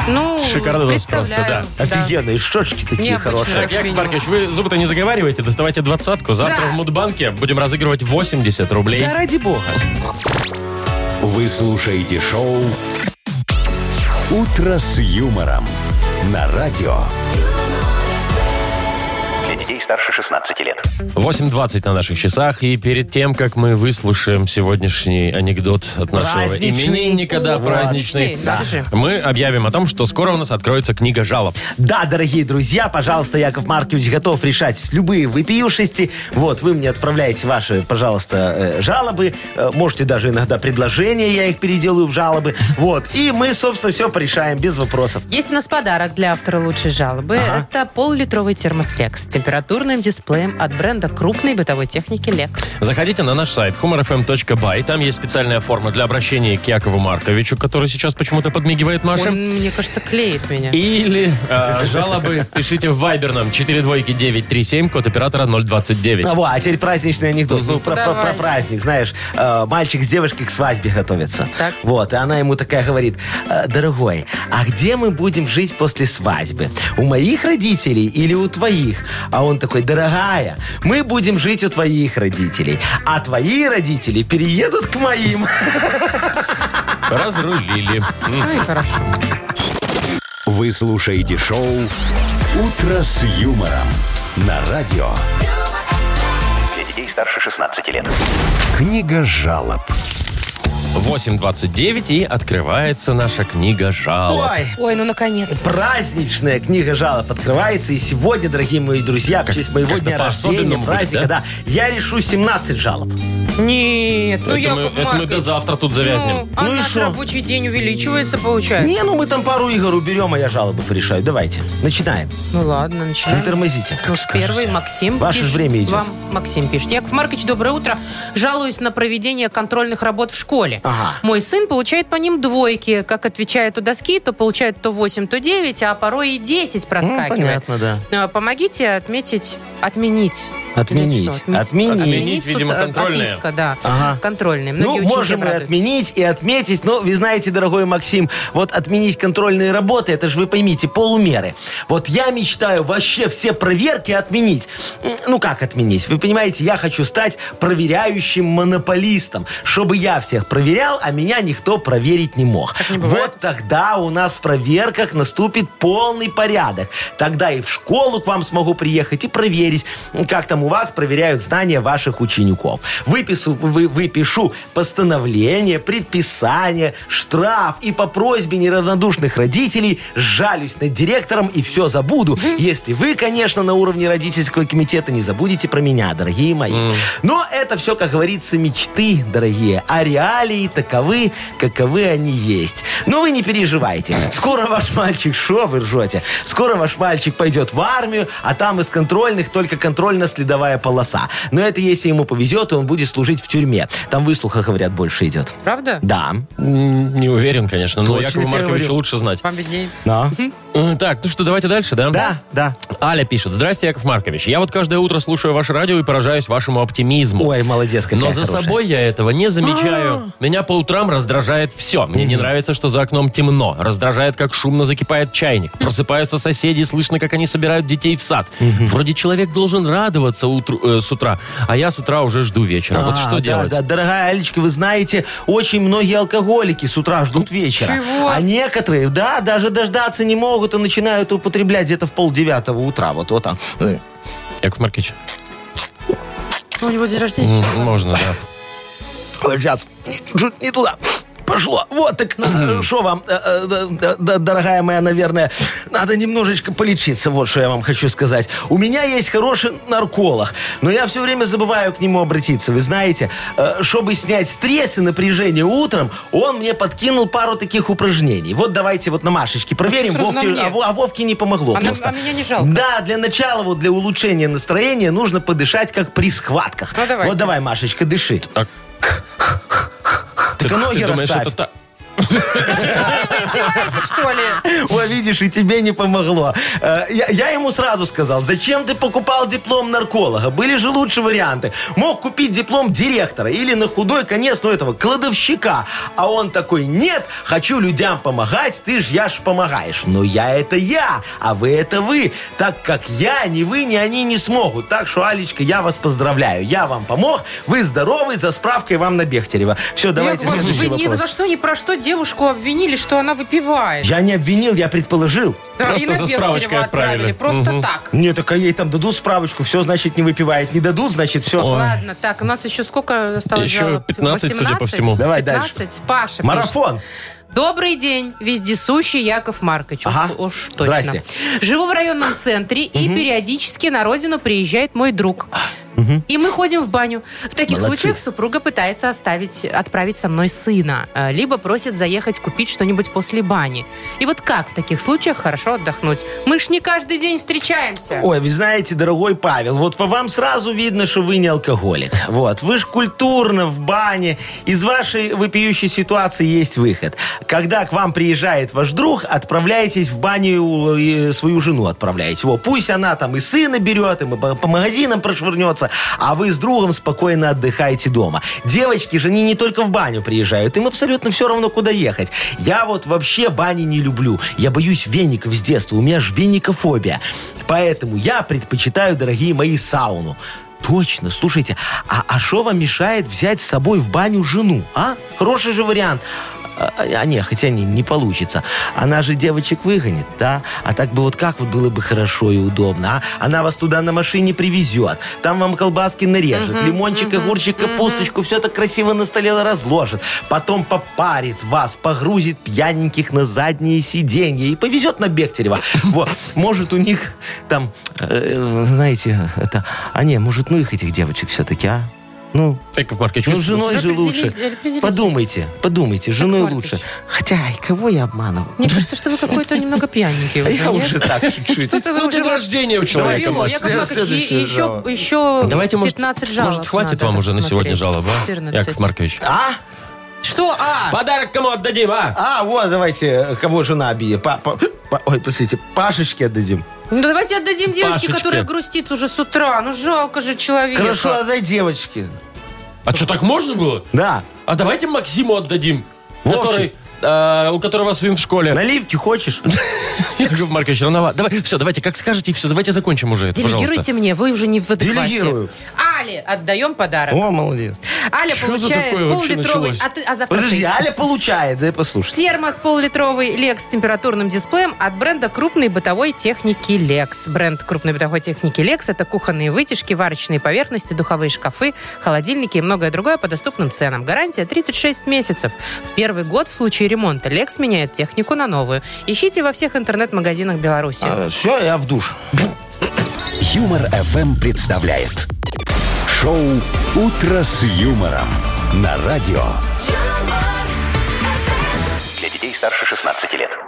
Ну,
Шикарно тут
представляю,
просто, да.
Офигенно, и щечки такие
Необычно.
хорошие.
Как
Яков
минимум.
Маркович, вы зубы-то не заговариваете, доставайте двадцатку. Завтра
Да.
в Мудбанке будем разыгрывать 80 рублей.
Да ради бога.
Вы слушаете шоу «Утро с юмором» на радио.
Для детей старше 16 лет.
8.20 на наших часах. И перед тем, как мы выслушаем сегодняшний анекдот от нашего
Праздничный.
именинника, да,
О,
праздничный,
праздничный, надо же.
мы объявим о том, что скоро у нас откроется книга жалоб.
Да, дорогие друзья, пожалуйста, Яков Маркович готов решать любые выпиюшести. Вот, вы мне отправляете ваши, пожалуйста, э, жалобы. Э, Можете даже иногда предложения, я их переделаю в жалобы. Вот, и мы, собственно, все порешаем без вопросов.
Есть у нас подарок для автора лучшей жалобы. Это полулитровый термос Lex с температурным дисплеем от бренда крупной бытовой техники Lex.
Заходите на наш сайт humorfm.by. Там есть специальная форма для обращения к Якову Марковичу, который сейчас почему-то подмигивает Маше.
Он, мне кажется, клеит меня.
Или э, жалобы пишите в Вайберном 42937, код оператора 029.
А, во, а теперь праздничный анекдот. Ну, про, про- про
Давайте.
праздник, знаешь, э, мальчик с девушкой к свадьбе готовится.
Так.
Вот, и она ему такая говорит, «Э, дорогой, а где мы будем жить после свадьбы? У моих родителей или у твоих? А он такой, дорогая, мы будем жить у твоих родителей, а твои родители переедут к моим.
Разрулили.
Ну и хорошо.
Вы слушаете шоу «Утро с юмором» на радио.
Для детей старше 16 лет.
Книга жалоб.
8.29 и открывается наша книга жалоб.
Ой,
Ой, ну наконец.
Праздничная книга жалоб открывается. И сегодня, дорогие мои друзья, в честь моего
как-то
дня рождения,
по-особенному будет,
праздника,
да?
да, я решу 17 жалоб.
Нет, ну
это,
я
мы, это мы до завтра тут завязнем.
Ну, а
Ну и
наш
шо?
рабочий день увеличивается, получается.
Не, ну мы там пару игр уберем, а я жалобы порешаю. Давайте, начинаем.
Ну ладно,
Не
начинаем.
тормозите.
Ну, первый Максим
Ваше ж
пишет.
время идет.
Вам Максим пишет. Яков Маркович, доброе утро. Жалуюсь на проведение контрольных работ в школе.
Ага.
Мой сын получает по ним двойки. Как отвечает у доски, то получает то 8, то 9, а порой и 10 проскакивает.
Ну, понятно, да.
Э, Помогите отметить, отменить.
Отменить.
Или что,
Отменить.
Отменить,
тут,
видимо,
э,
контрольные.
отписка, да.
Ага.
Контрольные. Многие
Ну,
ученики
можем и
радуются.
отменить, и отметить. Но, вы знаете, дорогой Максим, вот отменить контрольные работы, это же, вы поймите, полумеры. Вот я мечтаю вообще все проверки отменить. М, Ну, как отменить? Вы понимаете, я хочу стать проверяющим монополистом, чтобы я всех проверял, а меня никто проверить не мог. вот тогда у нас в проверках наступит полный порядок. Тогда и в школу к вам смогу приехать и проверить, м, как там у вас проверяют знания ваших учеников. Выпису, вы- выпишу постановление, предписание, штраф и по просьбе неравнодушных родителей жалюсь над директором и все забуду, если вы, конечно, на уровне родительского комитета не забудете про меня, дорогие мои. Но это все, как говорится, мечты, дорогие, а реалии таковы, каковы они есть. Но вы не переживайте. Скоро ваш мальчик, шо вы ржете? Скоро ваш мальчик пойдет в армию, а там из контрольных только контрольно-следовая полоса. Но это если ему повезет, и он будет служить в тюрьме. Там выслуха, говорят, больше идет.
Правда?
Да.
М, Не уверен, конечно, но
ну. Точно
Якову
тебе
Марковичу
говорю.
лучше знать.
Вам виднее.
Да.
М, Так, ну что, давайте дальше, да?
Да, да.
Аля пишет. Здрасте, Яков Маркович. Я вот каждое утро слушаю ваше радио и поражаюсь вашему оптимизму.
Ой, молодец, какая
Но за
хорошая.
собой я этого не замечаю.
А.
Меня по утрам раздражает все. Мне не нравится, что за окном темно. Раздражает, как шумно закипает чайник.
Хм.
Просыпаются соседи, слышно, как они собирают детей в сад. Вроде человек должен радоваться утру- э, с утра, а я с утра уже жду вечера. Вот
А,
что
да,
делать?
да. дорогая Алечка, вы знаете, очень многие алкоголики с утра ждут вечера.
Чего?
А некоторые, да, даже дождаться не могут и начинают употреблять где-то в полдевятого утра. Вот, а. вот там.
Яков Маркович,
Ну, У него день рождения.
м, можно, да.
Ой, сейчас. Чуть не туда. пошло. Вот так, что вам, э, э, д- д- дорогая моя, наверное, надо немножечко полечиться. Вот что я вам хочу сказать. У меня есть хороший нарколог, но я все время забываю к нему обратиться. Вы знаете, Э, чтобы снять стресс и напряжение утром, он мне подкинул пару таких упражнений. Вот давайте вот на Машечке проверим.
сразу на
Вовке-
мне?
а Во- а Вовке не помогло
А нам-
просто.
а меня не жалко.
Да, для начала, вот для улучшения настроения нужно подышать, как при схватках.
Ну, давайте.
Вот давай, Машечка, дыши.
Так.
Так а ноги
ты думаешь,
расставь.
это так?
Что ли?
О, видишь, и тебе не помогло. Э, Я, я ему сразу сказал, зачем ты покупал диплом нарколога? Были же лучшие варианты. Мог купить диплом директора или на худой конец, ну, этого, кладовщика. А он такой, нет, хочу людям помогать, ты ж, я ж помогаешь. Но я это я, а вы это вы. Так как я, ни вы, ни они не смогут. Так что, Алечка, я вас поздравляю. Я вам помог, вы здоровы, за справкой вам на Бехтерева. Все, давайте
Яков Маркович,
следующий
вы ни
вопрос.
за что, ни про что девушку обвинили, что она выпивает.
Я не обвинил, я предположил.
Да,
Просто
и на
за
Бехтерева
справочкой отправили.
Просто
Мгм.
так.
Не, так а ей там дадут справочку, все, значит, не выпивает. Не дадут, значит, все.
Ой.
Ладно, так, у нас еще сколько осталось?
Еще
жалоб?
15, судя по
18?
всему.
Давай дальше.
15. Паша пишет.
Марафон.
Добрый день, вездесущий Яков Маркович. Ух-
Ага.
Уж точно.
Здрасте.
Живу в районном центре, и периодически на родину приезжает мой друг. И мы ходим в баню. В таких
Молодцы.
случаях супруга пытается оставить, отправить со мной сына, э, либо просит заехать купить что-нибудь после бани. И вот как в таких случаях хорошо отдохнуть? Мы ж не каждый день встречаемся.
Ой, вы знаете, дорогой Павел, вот по вам сразу видно, что вы не алкоголик. Вот, вы ж культурно в бане. Из вашей вопиющей ситуации есть выход. Когда к вам приезжает ваш друг, отправляйтесь в баню и свою жену отправляете. Вот, пусть она там и сына берет, и по по магазинам прошвырнется, а вы с другом спокойно отдыхаете дома. Девочки же, они не только в баню приезжают, им абсолютно все равно, куда ехать. Я вот вообще бани не люблю. Я боюсь веников с детства, у меня же веникофобия. Поэтому я предпочитаю, дорогие мои, сауну. Точно, слушайте, а что вам мешает взять с собой в баню жену, а? Хороший же вариант. А, а, не, хотя не, не получится. Она же девочек выгонит, да? А так бы вот как вот было бы хорошо и удобно, а? Она вас туда на машине привезет, там вам колбаски нарежет, лимончик, огурчик, капусточку, все так красиво на столе разложит. Потом попарит вас, погрузит пьяненьких на задние сиденья и повезет на Бехтерева. Вот. Может, у них там, э, знаете, это... А не, может, ну их этих девочек все-таки, а? Ну,
Яков Маркович,
ну,
вы
с женой же
Определите,
лучше.
определите.
Подумайте, подумайте, с женой
Маркович.
лучше. Хотя, ай, кого я обманываю?
Мне кажется, что вы какой-то немного пьяненький
А
уже,
я
нет?
уже так чуть-чуть.
Что-то вы
Ну,
уже
день
вас
рождения у человека.
ну,
повело.
может.
Яков Маркович,
Следующее
е- еще,
жалоба.
еще
Давайте, может,
15 жалоб.
может, хватит
надо
вам уже на сегодня
рассмотреть.
жалоб, а?
14.
Яков Маркович.
А?
Что? А,
Подарок кому отдадим, а?
А, вот, давайте, кого жена обидит. Па- па- па- ой, простите, Пашечке отдадим.
ну давайте отдадим девушке,
Пашечке.
которая грустит уже с утра. Ну жалко же человека.
Хорошо, отдай девочке.
А что, так можно было?
Да.
А давайте Максиму отдадим.
Вовчик.
Который, э, у которого сын в школе.
Наливки хочешь?
Яков Маркович, рановато. Давай, все, давайте, как скажете, все, давайте закончим уже это,
Делегируйте
пожалуйста.
мне, вы уже не в адеквате.
Делегирую.
Але, отдаем подарок.
О, молодец.
Аля
Что за
получает
такое вообще
пол-литровый...
началось?
А, ты- а завтра ты.
Подожди, Аля получает, дай послушать.
Термос полулитровый Lex с температурным дисплеем от бренда крупной бытовой техники Lex. Бренд крупной бытовой техники Lex – это кухонные вытяжки, варочные поверхности, духовые шкафы, холодильники и многое другое по доступным ценам. Гарантия 36 месяцев. В первый год в случае ремонта Lex меняет технику на новую. Ищите во всех интернет-магазинах Беларуси.
Все, А, я в душ.
Юмор FM представляет шоу Утро с юмором на радио.
Для детей старше 16 лет.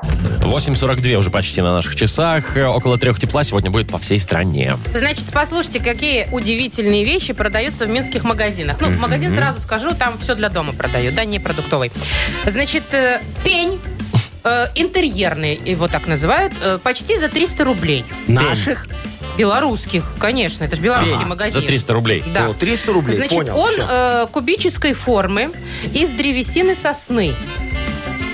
8.42 уже почти на наших часах. Э, Около трех тепла сегодня будет по всей стране.
Значит, послушайте, какие удивительные вещи продаются в минских магазинах. Ну, магазин сразу скажу, там все для дома продают, да, не продуктовый. Значит, э, пень э, интерьерный, его так называют, э, почти за 300 рублей.
Наших?
Белорусских, конечно, это же белорусский
Ага,
магазин.
А, За 300 рублей.
Да.
О, 300 рублей,
Значит,
понял.
он
всё.
э, кубической формы из древесины сосны.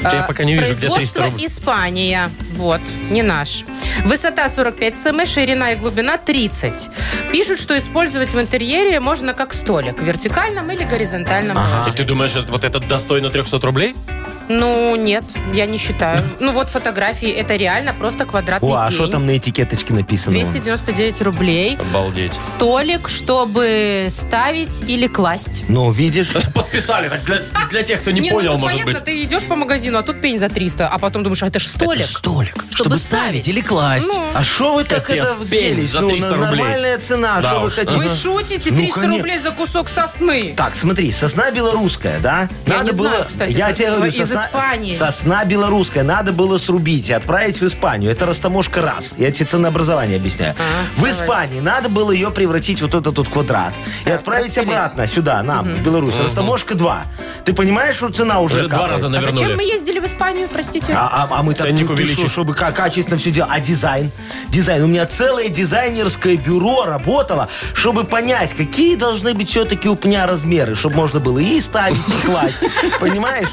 Я
Э,
пока не вижу, где 300
Производство
рублей.
Испания. Вот, не наш. Высота 45 см, ширина и глубина 30. Пишут, что использовать в интерьере можно как столик. В вертикальном или горизонтальном
И ты думаешь, это- вот этот достойно 300 рублей?
положении. Ну, нет, я не считаю. Ну, вот фотографии, это реально просто квадратный
О, а
день.
что там на этикеточке написано?
299 рублей.
Обалдеть.
Столик, чтобы ставить или класть.
Ну, видишь?
Подписали так для, для тех, кто не,
ну,
понял,
тут
может
понятно,
быть.
ты идешь по магазину, а тут пень за 300, а потом думаешь, а это ж столик.
Столик.
чтобы ставить.
или класть.
Ну.
А что вы так
Капец,
это
пень
взялись?
за
Ну,
300
на-
рублей.
Нормальная цена,
Да
что вы
уж.
хотите?
Вы шутите?
Ну,
300
конечно.
рублей за кусок сосны.
Так, смотри, сосна белорусская, да?
Я не знаю, кстати,
я
сос-
тебе говорю,
из
сосна,
Испании.
сосна белорусская, надо было срубить и отправить в Испанию. Это растаможка раз. Я тебе ценообразование объясняю.
А,
в
давайте.
Испании надо было ее превратить вот этот вот квадрат и отправить
распилить.
обратно сюда, нам, в Беларусь. Растаможка два. Ты понимаешь, что цена уже,
Уже два
капает?
раза
А зачем мы
навернули.
ездили в Испанию, простите?
А, а- а мы так
Ценник
ты- ты
увеличить.
шо, чтобы ка- качественно все делать. А дизайн? Дизайн. У меня целое дизайнерское бюро работало, чтобы понять, какие должны быть все-таки у пня размеры, чтобы можно было и ставить, и класть. Понимаешь?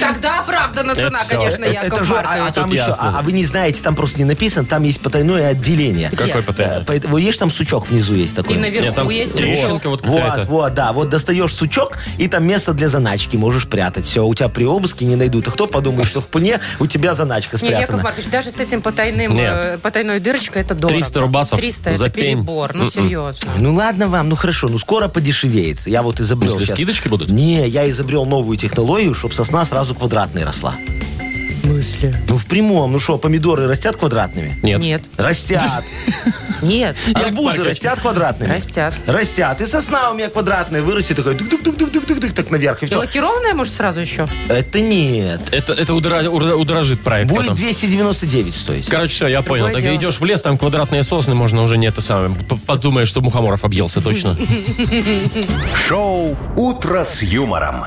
Тогда оправдана цена,
всё.
конечно,
Это- это
Яков
же- а- а,
Маркович.
там
Тут
еще,
ясно.
а, а вы не знаете, там просто не написано, там есть потайное отделение.
Где?
Какой
Э,
потенциал?
Поэтому, вот видишь, там сучок внизу есть такой.
И наверху
Нет, там
есть
трещинка
сучок.
вот
Вот,
какая-то.
вот, да. Вот достаешь сучок, и там место для заначки можешь прятать. Все, у тебя при обыске не найдут. А кто подумает, что в пне у тебя заначка
Не, Яков
спрятана?
Маркович, даже с этим потайным,
Нет.
э, потайной дырочкой это дорого.
300 рубасов
300
за
это
пень.
перебор, ну серьезно.
Ну ладно вам, ну хорошо, ну скоро подешевеет. Я вот изобрел
В смысле,
щас-
скидочки будут?
Не, я изобрел новую технологию, чтобы сосна сразу квадратной росла.
Мысли.
Ну в прямом, ну что, помидоры растят квадратными?
Нет.
Нет,
Растят.
нет,
Арбузы
Маркович.
растят квадратными?
Растят.
Растят. И сосна у меня квадратная вырастет, такой дук дук дук дук дук дук дук так наверх, и
Ты
все.
лакированная, может, сразу еще?
Это нет.
Это, это удра- ура- удорожит проект
Будет
Э, потом.
299 стоить.
Короче, все, я понял. Так
дело.
идешь в лес, там квадратные сосны, можно уже не это самое. П- Подумаешь, что Мухоморов объелся точно.
Шоу «Утро с юмором».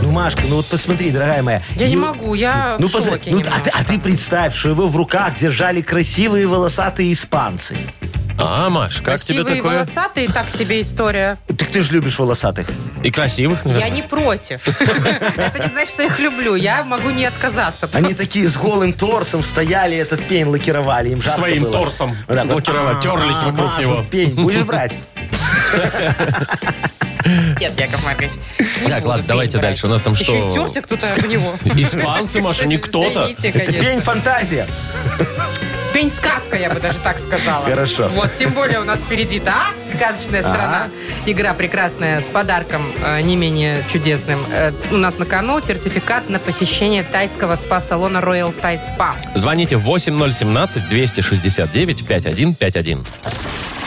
Ну, Машка, ну вот посмотри, дорогая моя.
Я не
Ю-
могу, я в
посмотри,
шоке
ну, а,
немножко.
ты, а ты представь, что его в руках держали красивые волосатые испанцы.
А, Маш, как тебе
Красивые
такое?
волосатые, так себе история.
Так ты же любишь волосатых.
И красивых,
Я
наверное.
не против. Это не значит, что я их люблю. Я могу не отказаться.
Они такие с голым торсом стояли, этот пень лакировали. Им жарко
Своим
было.
торсом
Да, вот.
лакировали, терлись
А,
вокруг
мажут
него.
Пень, будешь брать?
Нет, Яков Маркович. не
Так,
буду
ладно, давайте
перебирать.
дальше. У нас там
Еще
что?
и терся кто-то об него.
Испанцы, Маша, не кто-то.
Извините,
Это
конечно.
пень фантазия.
Пень сказка, я бы даже так сказала.
Хорошо.
Вот, тем более у нас впереди, да, сказочная страна. Игра прекрасная, с подарком э, не менее чудесным. Э, у нас на кону сертификат на посещение тайского спа-салона Royal Thai Spa.
Звоните 8017-269-5151.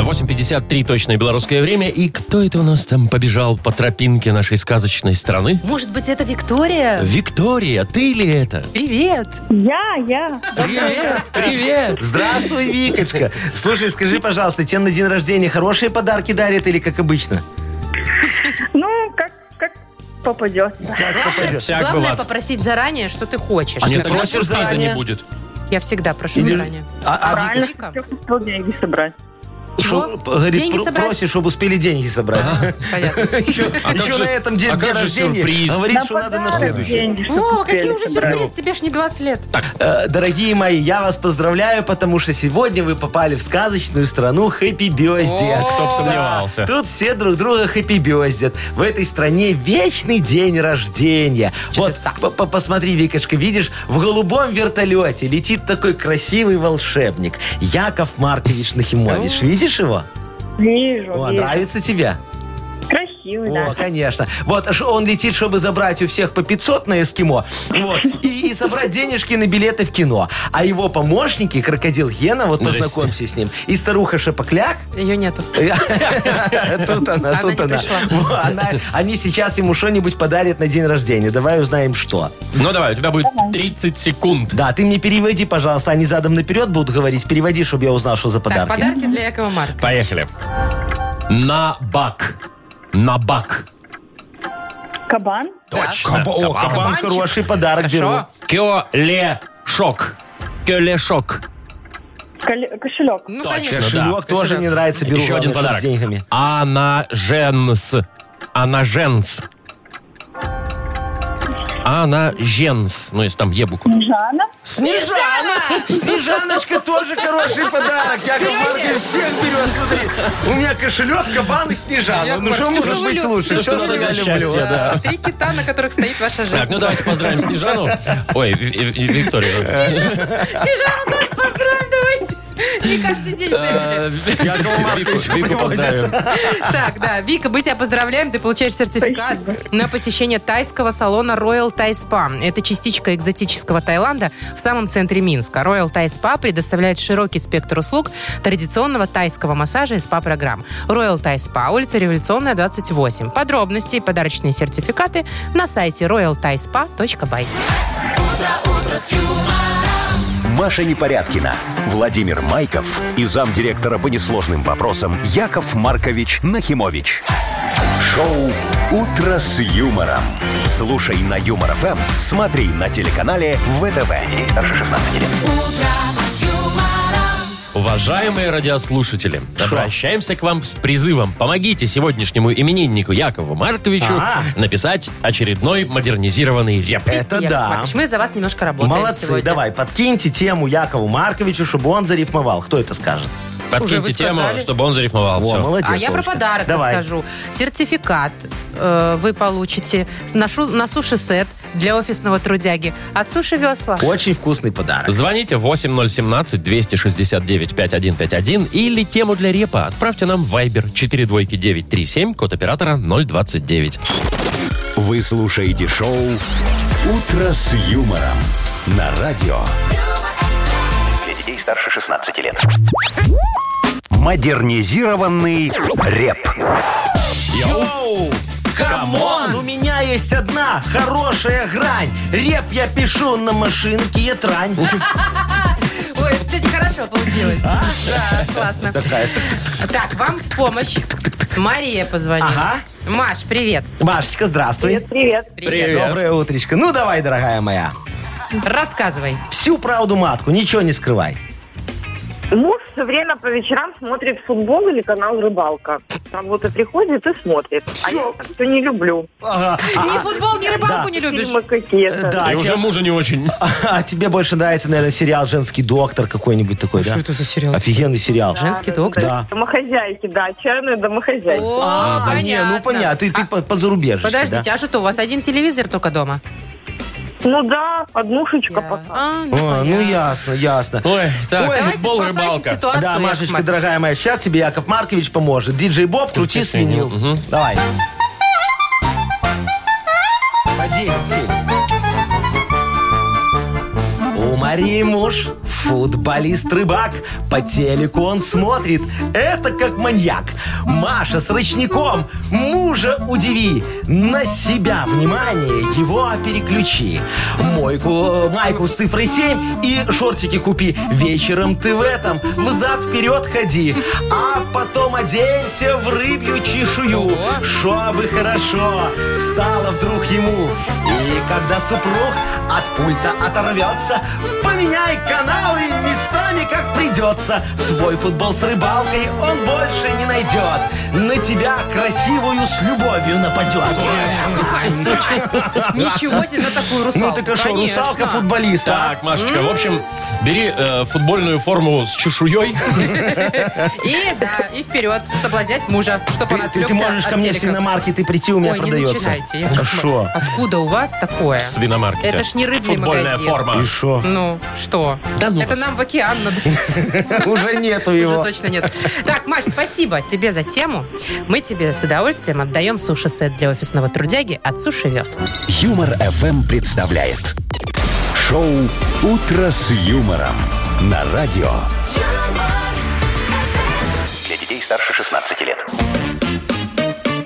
8.53 точное белорусское время. И кто это у нас там побежал по тропинке нашей сказочной страны?
Может быть, это Виктория?
Виктория, ты ли это?
Привет!
Я, я.
Привет, привет.
Здравствуй, Викочка. Слушай, скажи, пожалуйста, тебе на день рождения хорошие подарки дарят или как обычно?
Ну, как, как попадет.
Как попадешь?
Всяк
Главное
бывает. А
попросить заранее, что ты хочешь.
Нет,
ты
тогда
просишь
сюрприза не
заранее?
будет.
Я всегда прошу
Или-
заранее.
А- а
Правильно,
Вика?
чтоб успел деньги собрать.
Шо-
Чего?
говорит,
Деньги
про-
собрать?
просишь, чтобы успели деньги собрать.
Понятно.
А как
Еще
же-
на этом день
а
день
как же
рождения
сюрприз?
говорит,
На
что надо на
подарок
следующий.
деньги, чтоб
О,
успели
какие уже
собрать.
сюрпризы, тебе ж не 20 лет.
Э, Дорогие мои, я вас поздравляю, потому что сегодня вы попали в сказочную страну Хэппи Бёзди.
Кто б сомневался.
Тут все друг друга хэппи бездят. В этой стране вечный день рождения.
Чудеса.
Вот, п- п- посмотри, Викочка, видишь, в голубом вертолете летит такой красивый волшебник. Яков Маркович Нахимович. Видишь его?
Вижу,
О,
вижу.
нравится тебе?
Красивый,
О,
да.
конечно. Вот ш- он летит, чтобы забрать у всех по 500 на эскимо. Вот. И, и собрать денежки на билеты в кино. А его помощники, крокодил Гена, вот
Здрасте.
познакомься с ним, и старуха Шапокляк,
Ее нету.
Тут она,
Она
тут
не
она.
пришла.
Во, она- Они сейчас ему что-нибудь подарят на день рождения. Давай узнаем, что.
Ну давай, у тебя будет 30 секунд.
Да, ты мне переводи, пожалуйста. Они задом наперед будут говорить. Переводи, чтобы я узнал, что за
Так,
подарки.
подарки для Якова Марка.
Поехали. На бак. На бак.
Кабан.
Точно.
Каб- О,
Кабан.
кабан,
Кабанчик.
Ну, хороший подарок беру.
Хорошо.
Кёлешок. Кёлешок.
Кол- Кошелек.
Ну,
Точно,
конечно.
Кошелек
да.
тоже мне нравится. Беру
Еще один
главное,
подарок.
чтобы С деньгами.
Анаженс. Анаженс. Анаженс. Ну, если там Е буква.
Жанна.
Снежана! Снежаночка тоже хороший подарок. Яков Маркович всех берет, смотри. У меня кошелек, кабан и Снежана.
Яков
Ну что
Маркович,
может
всё
быть
люблю.
лучше?
Всё,
Всё
что
люблю.
предлагает счастье, да.
Три кита, на которых стоит ваша
Так,
жизнь.
ну давайте поздравим Снежану. Ой, Ви- Ви-
Э,
Викторию.
Снежана, тоже поздравь, давайте. Не каждый день, знаете
Э,
ли.
Вику Вику поздравим.
Так, да. Вика, мы тебя поздравляем. Ты получаешь сертификат на посещение тайского салона Royal Thai Spa. Это частичка экзотического Таиланда в самом центре Минска. Royal Thai Spa предоставляет широкий спектр услуг традиционного тайского массажа и спа-программ. Royal Thai Spa, улица Революционная, 28. Подробности и подарочные сертификаты на сайте royalthaispa.by.
Маша Непорядкина, Владимир Майков и замдиректора по несложным вопросам Яков Маркович Нахимович. Шоу «Утро с юмором». Слушай на Юмор ФМ, смотри на телеканале ВТВ. Ей старше 16 лет.
Уважаемые радиослушатели, обращаемся к вам с призывом. Помогите сегодняшнему имениннику Якову Марковичу
Ага.
написать очередной модернизированный реп.
Это
Яков
да.
Маркович, мы за вас немножко работаем
Молодцы,
сегодня.
давай, подкиньте тему Якову Марковичу, чтобы он зарифмовал. Кто это скажет?
Уже вы
Подкиньте тему,
сказали.
чтобы он зарифмовал.
Во,
Всё.
молодец,
А я про
Вовочка.
подарок
Давай.
расскажу. Сертификат э, вы получите на, шу- на суши-сет для офисного трудяги от суши-весла.
Очень вкусный подарок.
Звоните 8017-269-5151 или тему для репа отправьте нам в Viber 42937, код оператора 029.
Вы слушаете шоу «Утро с юмором» на радио
Для детей старше 16 лет.
«Модернизированный реп».
Йоу! Камон! У меня есть одна хорошая грань. Реп я пишу на машинке и трань.
Ой, сегодня хорошо получилось.
А?
Да, классно. Так, вам в помощь. Мария позвонила.
Ага.
Маш, привет.
Машечка, здравствуй.
Привет.
Доброе утречко. Ну давай, дорогая моя.
Рассказывай.
Всю правду матку, ничего не скрывай.
Муж все время по вечерам смотрит футбол или канал «Рыбалка». Там вот и приходит и смотрит. А я так что не люблю.
Ага. А,
Ни футбол, ни рыбалку не любишь.
Фильмы какие-то.
Да,
И
те-
уже мужа не очень.
а тебе больше нравится, наверное, сериал «Женский доктор» какой-нибудь такой, да?
А Что это за сериал?
Офигенный сериал.
Женский доктор.
Да.
Домохозяйки, да, отчаянные домохозяйки.
О,
А,
понятно.
не, ну понятно, ты, ты по, по зарубежечке,
Подождите,
да?
а что-то у вас один телевизор только дома?
Ну да, однушечка пока.
А, ну,
О, ну ясно, ясно.
Ой, так,
Ой,
Давайте
футбол,
спасайте
рыбалка.
ситуацию,
Да,
Яков
Машечка,
Маркович.
дорогая моя, сейчас тебе Яков Маркович поможет. Диджей Боб, крути свинил. Давай. Поди, поди. У Марии муж, футболист-рыбак. По телеку он смотрит, это как маньяк. Маша с рычником, мужа удиви. На себя внимание его переключи. Мойку, майку с цифрой 7 и шортики купи. Вечером ты в этом, взад вперед ходи. А потом оденься в рыбью чешую, чтобы хорошо стало вдруг ему. И когда супруг от пульта оторвется, поменяй каналы местами, как придется. Свой футбол с рыбалкой он больше не найдет. На тебя красивую с любовью нападет.
Какая страсть! Ничего себе, на такую русалку.
Ну ты что,
конечно.
русалка а? футболиста?
Так, Машечка, в общем, бери э, футбольную форму с чешуей.
И да, и вперед, соблазнять мужа, чтобы он
Ты, ты- ты
отвлекся
можешь
от
ко мне в
телека.
свиномаркет и прийти, у меня
Ой, не
продается. А
начинайте. Яков Маркович.
Шо?
Откуда у вас такое?
Свиномаркете.
Это ж не рыбный
Футбольная
магазин.
форма.
И шо?
Ну, что?
Да ну
Это
вас.
нам в океан надо.
Уже нету
Уже
его.
точно нет. Так, Маш, спасибо тебе за тему. Мы тебе с удовольствием отдаем суши-сет для офисного трудяги от Суши Весла.
Юмор FM представляет шоу Утро с юмором на радио.
Для детей старше 16 лет.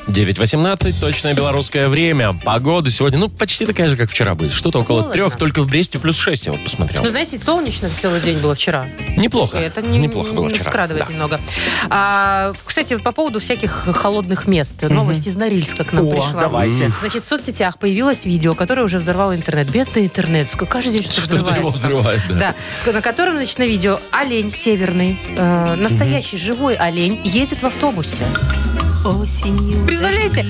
9.18, точное белорусское время. Погода сегодня, ну, почти такая же, как вчера будет. Что-то около
Холодно.
трех, только в Бресте плюс 6, я вот посмотрел.
Ну, знаете, солнечно целый день было вчера.
Неплохо.
Это не-
Неплохо было
не
вчера.
вкрадывает
Да.
немного. А, кстати, по поводу всяких холодных мест. Новость из Норильска к нам
О,
пришла.
давайте.
Значит, в соцсетях появилось видео, которое уже взорвало интернет. Бедный интернет. Сколько- Каждый день что-то
Что-то его
взрывается.
взрывает, да.
Да. На котором, значит, на видео олень северный, э, настоящий живой олень, едет в автобусе. Представляете?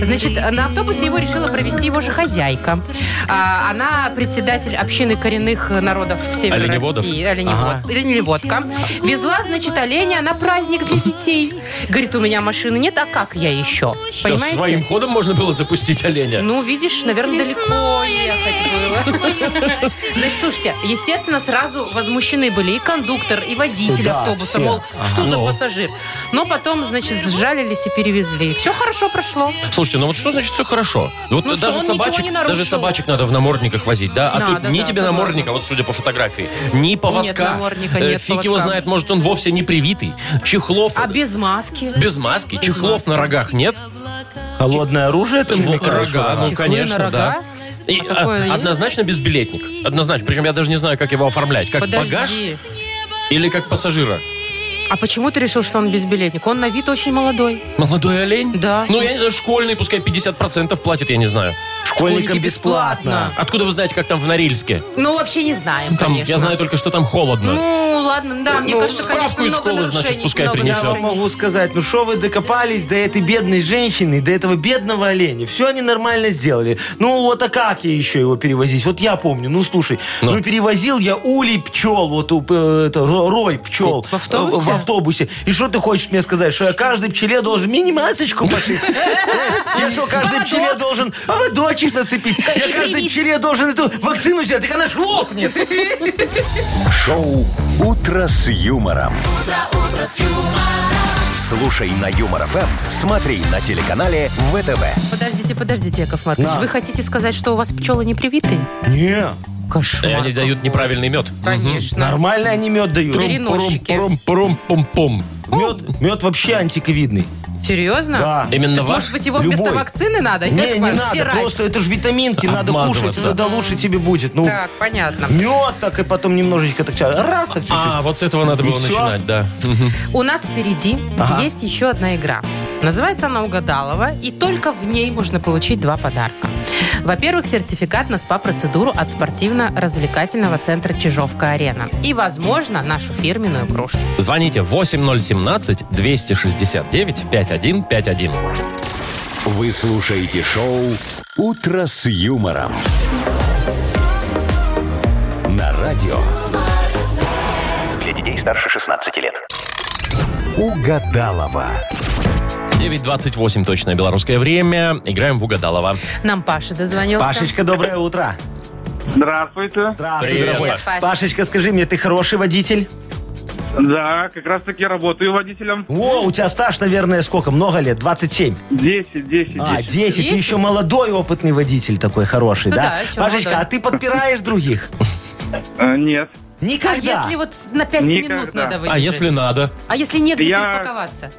Значит, на автобусе его решила провести его же хозяйка. А, она председатель общины коренных народов Северной
Оленеводов?
России. Оленевод, Оленеводка. Везла, значит, оленя на праздник для детей. Говорит, у меня машины нет, а как я еще?
Что,
Понимаете?
своим ходом можно было запустить оленя?
Ну, видишь, наверное, далеко ехать было. Значит, слушайте, естественно, сразу возмущены были и кондуктор, и водитель
Да,
автобуса,
все.
мол, что за
Ну.
пассажир. Но потом, значит, сжалились и перевезли. Все хорошо прошло.
Слушайте, ну вот что значит все хорошо? Вот
Ну что,
даже
он ничего
собачек,
не нарушил.
даже собачек надо в намордниках возить, да? А
Да,
тут
да,
ни
да,
тебе
согласна.
намордника, вот судя по фотографии, ни поводка.
намордника,
Э,
нет
Фиг его
поводка.
знает, может он вовсе не привитый. Чехлов
А без маски?
без маски, чехлов на рогах нет.
Холодное оружие ты мне
Рога, ну
Чехлы
конечно,
на рога?
да. И,
А такое
а,
есть?
однозначно безбилетник. Однозначно. Причем я даже не знаю, как его оформлять. Как багаж
Подожди.
или как пассажира?
А почему ты решил, что он безбилетник? Он на вид очень молодой.
Молодой олень?
Да.
Ну, я не знаю, школьный, пускай 50% платит, я не знаю.
Школьникам
Школьники
бесплатно.
Откуда вы знаете, как там в Норильске?
Ну, вообще не знаем,
Там,
конечно.
я знаю только, что там холодно.
Ну, ладно, да, мне
Ну,
кажется,
справку
конечно,
из
много
школы,
нарушений.
значит, пускай
много
принесет.
Я вам
нарушений.
могу сказать, ну что вы докопались до этой бедной женщины, до этого бедного оленя. Все они нормально сделали. Ну вот а как я еще его перевозить? Вот я помню, ну слушай,
Ну.
ну, перевозил я улей пчел, вот у, э, это, ро- рой пчел
В- в автобусе?
э, в автобусе. И что ты хочешь мне сказать, что я каждой пчеле должен мини-масочку пошить? Знаешь, Я что, каждой пчеле должен поводочек нацепить? Я каждой пчеле должен эту вакцину взять, так она ж лопнет.
Шоу «Утро с юмором». Слушай на Юмор ФМ, смотри на телеканале ВТВ.
Подождите, подождите, Яков Маркович.
Да.
Вы хотите сказать, что у вас пчелы не привиты?
Не,
Кошмар.
И они дают неправильный мед.
Конечно.
нормально они мед дают.
Переносчики.
Пум-пум-пум-пум.
Мед, мед вообще антиковидный.
Серьезно?
Да.
Именно
Так,
ваш?
Может быть, его вместо
Любой.
вакцины надо?
Не,
Яков
не
Маркович,
надо,
стирать.
просто это же витаминки, надо кушать,
Обмазываться.
тогда лучше тебе будет. Ну,
Так, понятно.
мед так и потом немножечко так ча- раз так чуть-чуть.
А, вот с этого надо
И
было
Ну всё?
начинать, да.
У нас впереди
Ага.
есть еще одна игра. Называется она «Угадалова», и только в ней можно получить два подарка. Во-первых, сертификат на СПА-процедуру от спортивно-развлекательного центра «Чижовка-арена». И, возможно, нашу фирменную кружку.
Звоните 8017-269-5151.
Вы слушаете шоу «Утро с юмором». На радио
Для детей старше 16 лет.
«Угадалова».
9.28 точное белорусское время. Играем в Угадалова.
Нам Паша дозвонился.
Пашечка, доброе утро.
Здравствуйте.
Здравствуй,
Привет,
дорогой.
Паш. Паш.
Пашечка, скажи мне, ты хороший водитель?
Да, как раз таки работаю водителем.
О, у тебя стаж, наверное, сколько? Много лет? 27?
10, 10,
А,
10.
10. Ты
Десять?
еще молодой опытный водитель такой хороший,
Ну да,
да?
еще
Пашечка,
молодой.
а ты подпираешь других?
Э, Нет.
А
Никогда.
если вот с- на 5 минут
Никогда.
надо выдержать?
А если надо?
А если негде
Я-
припарковаться?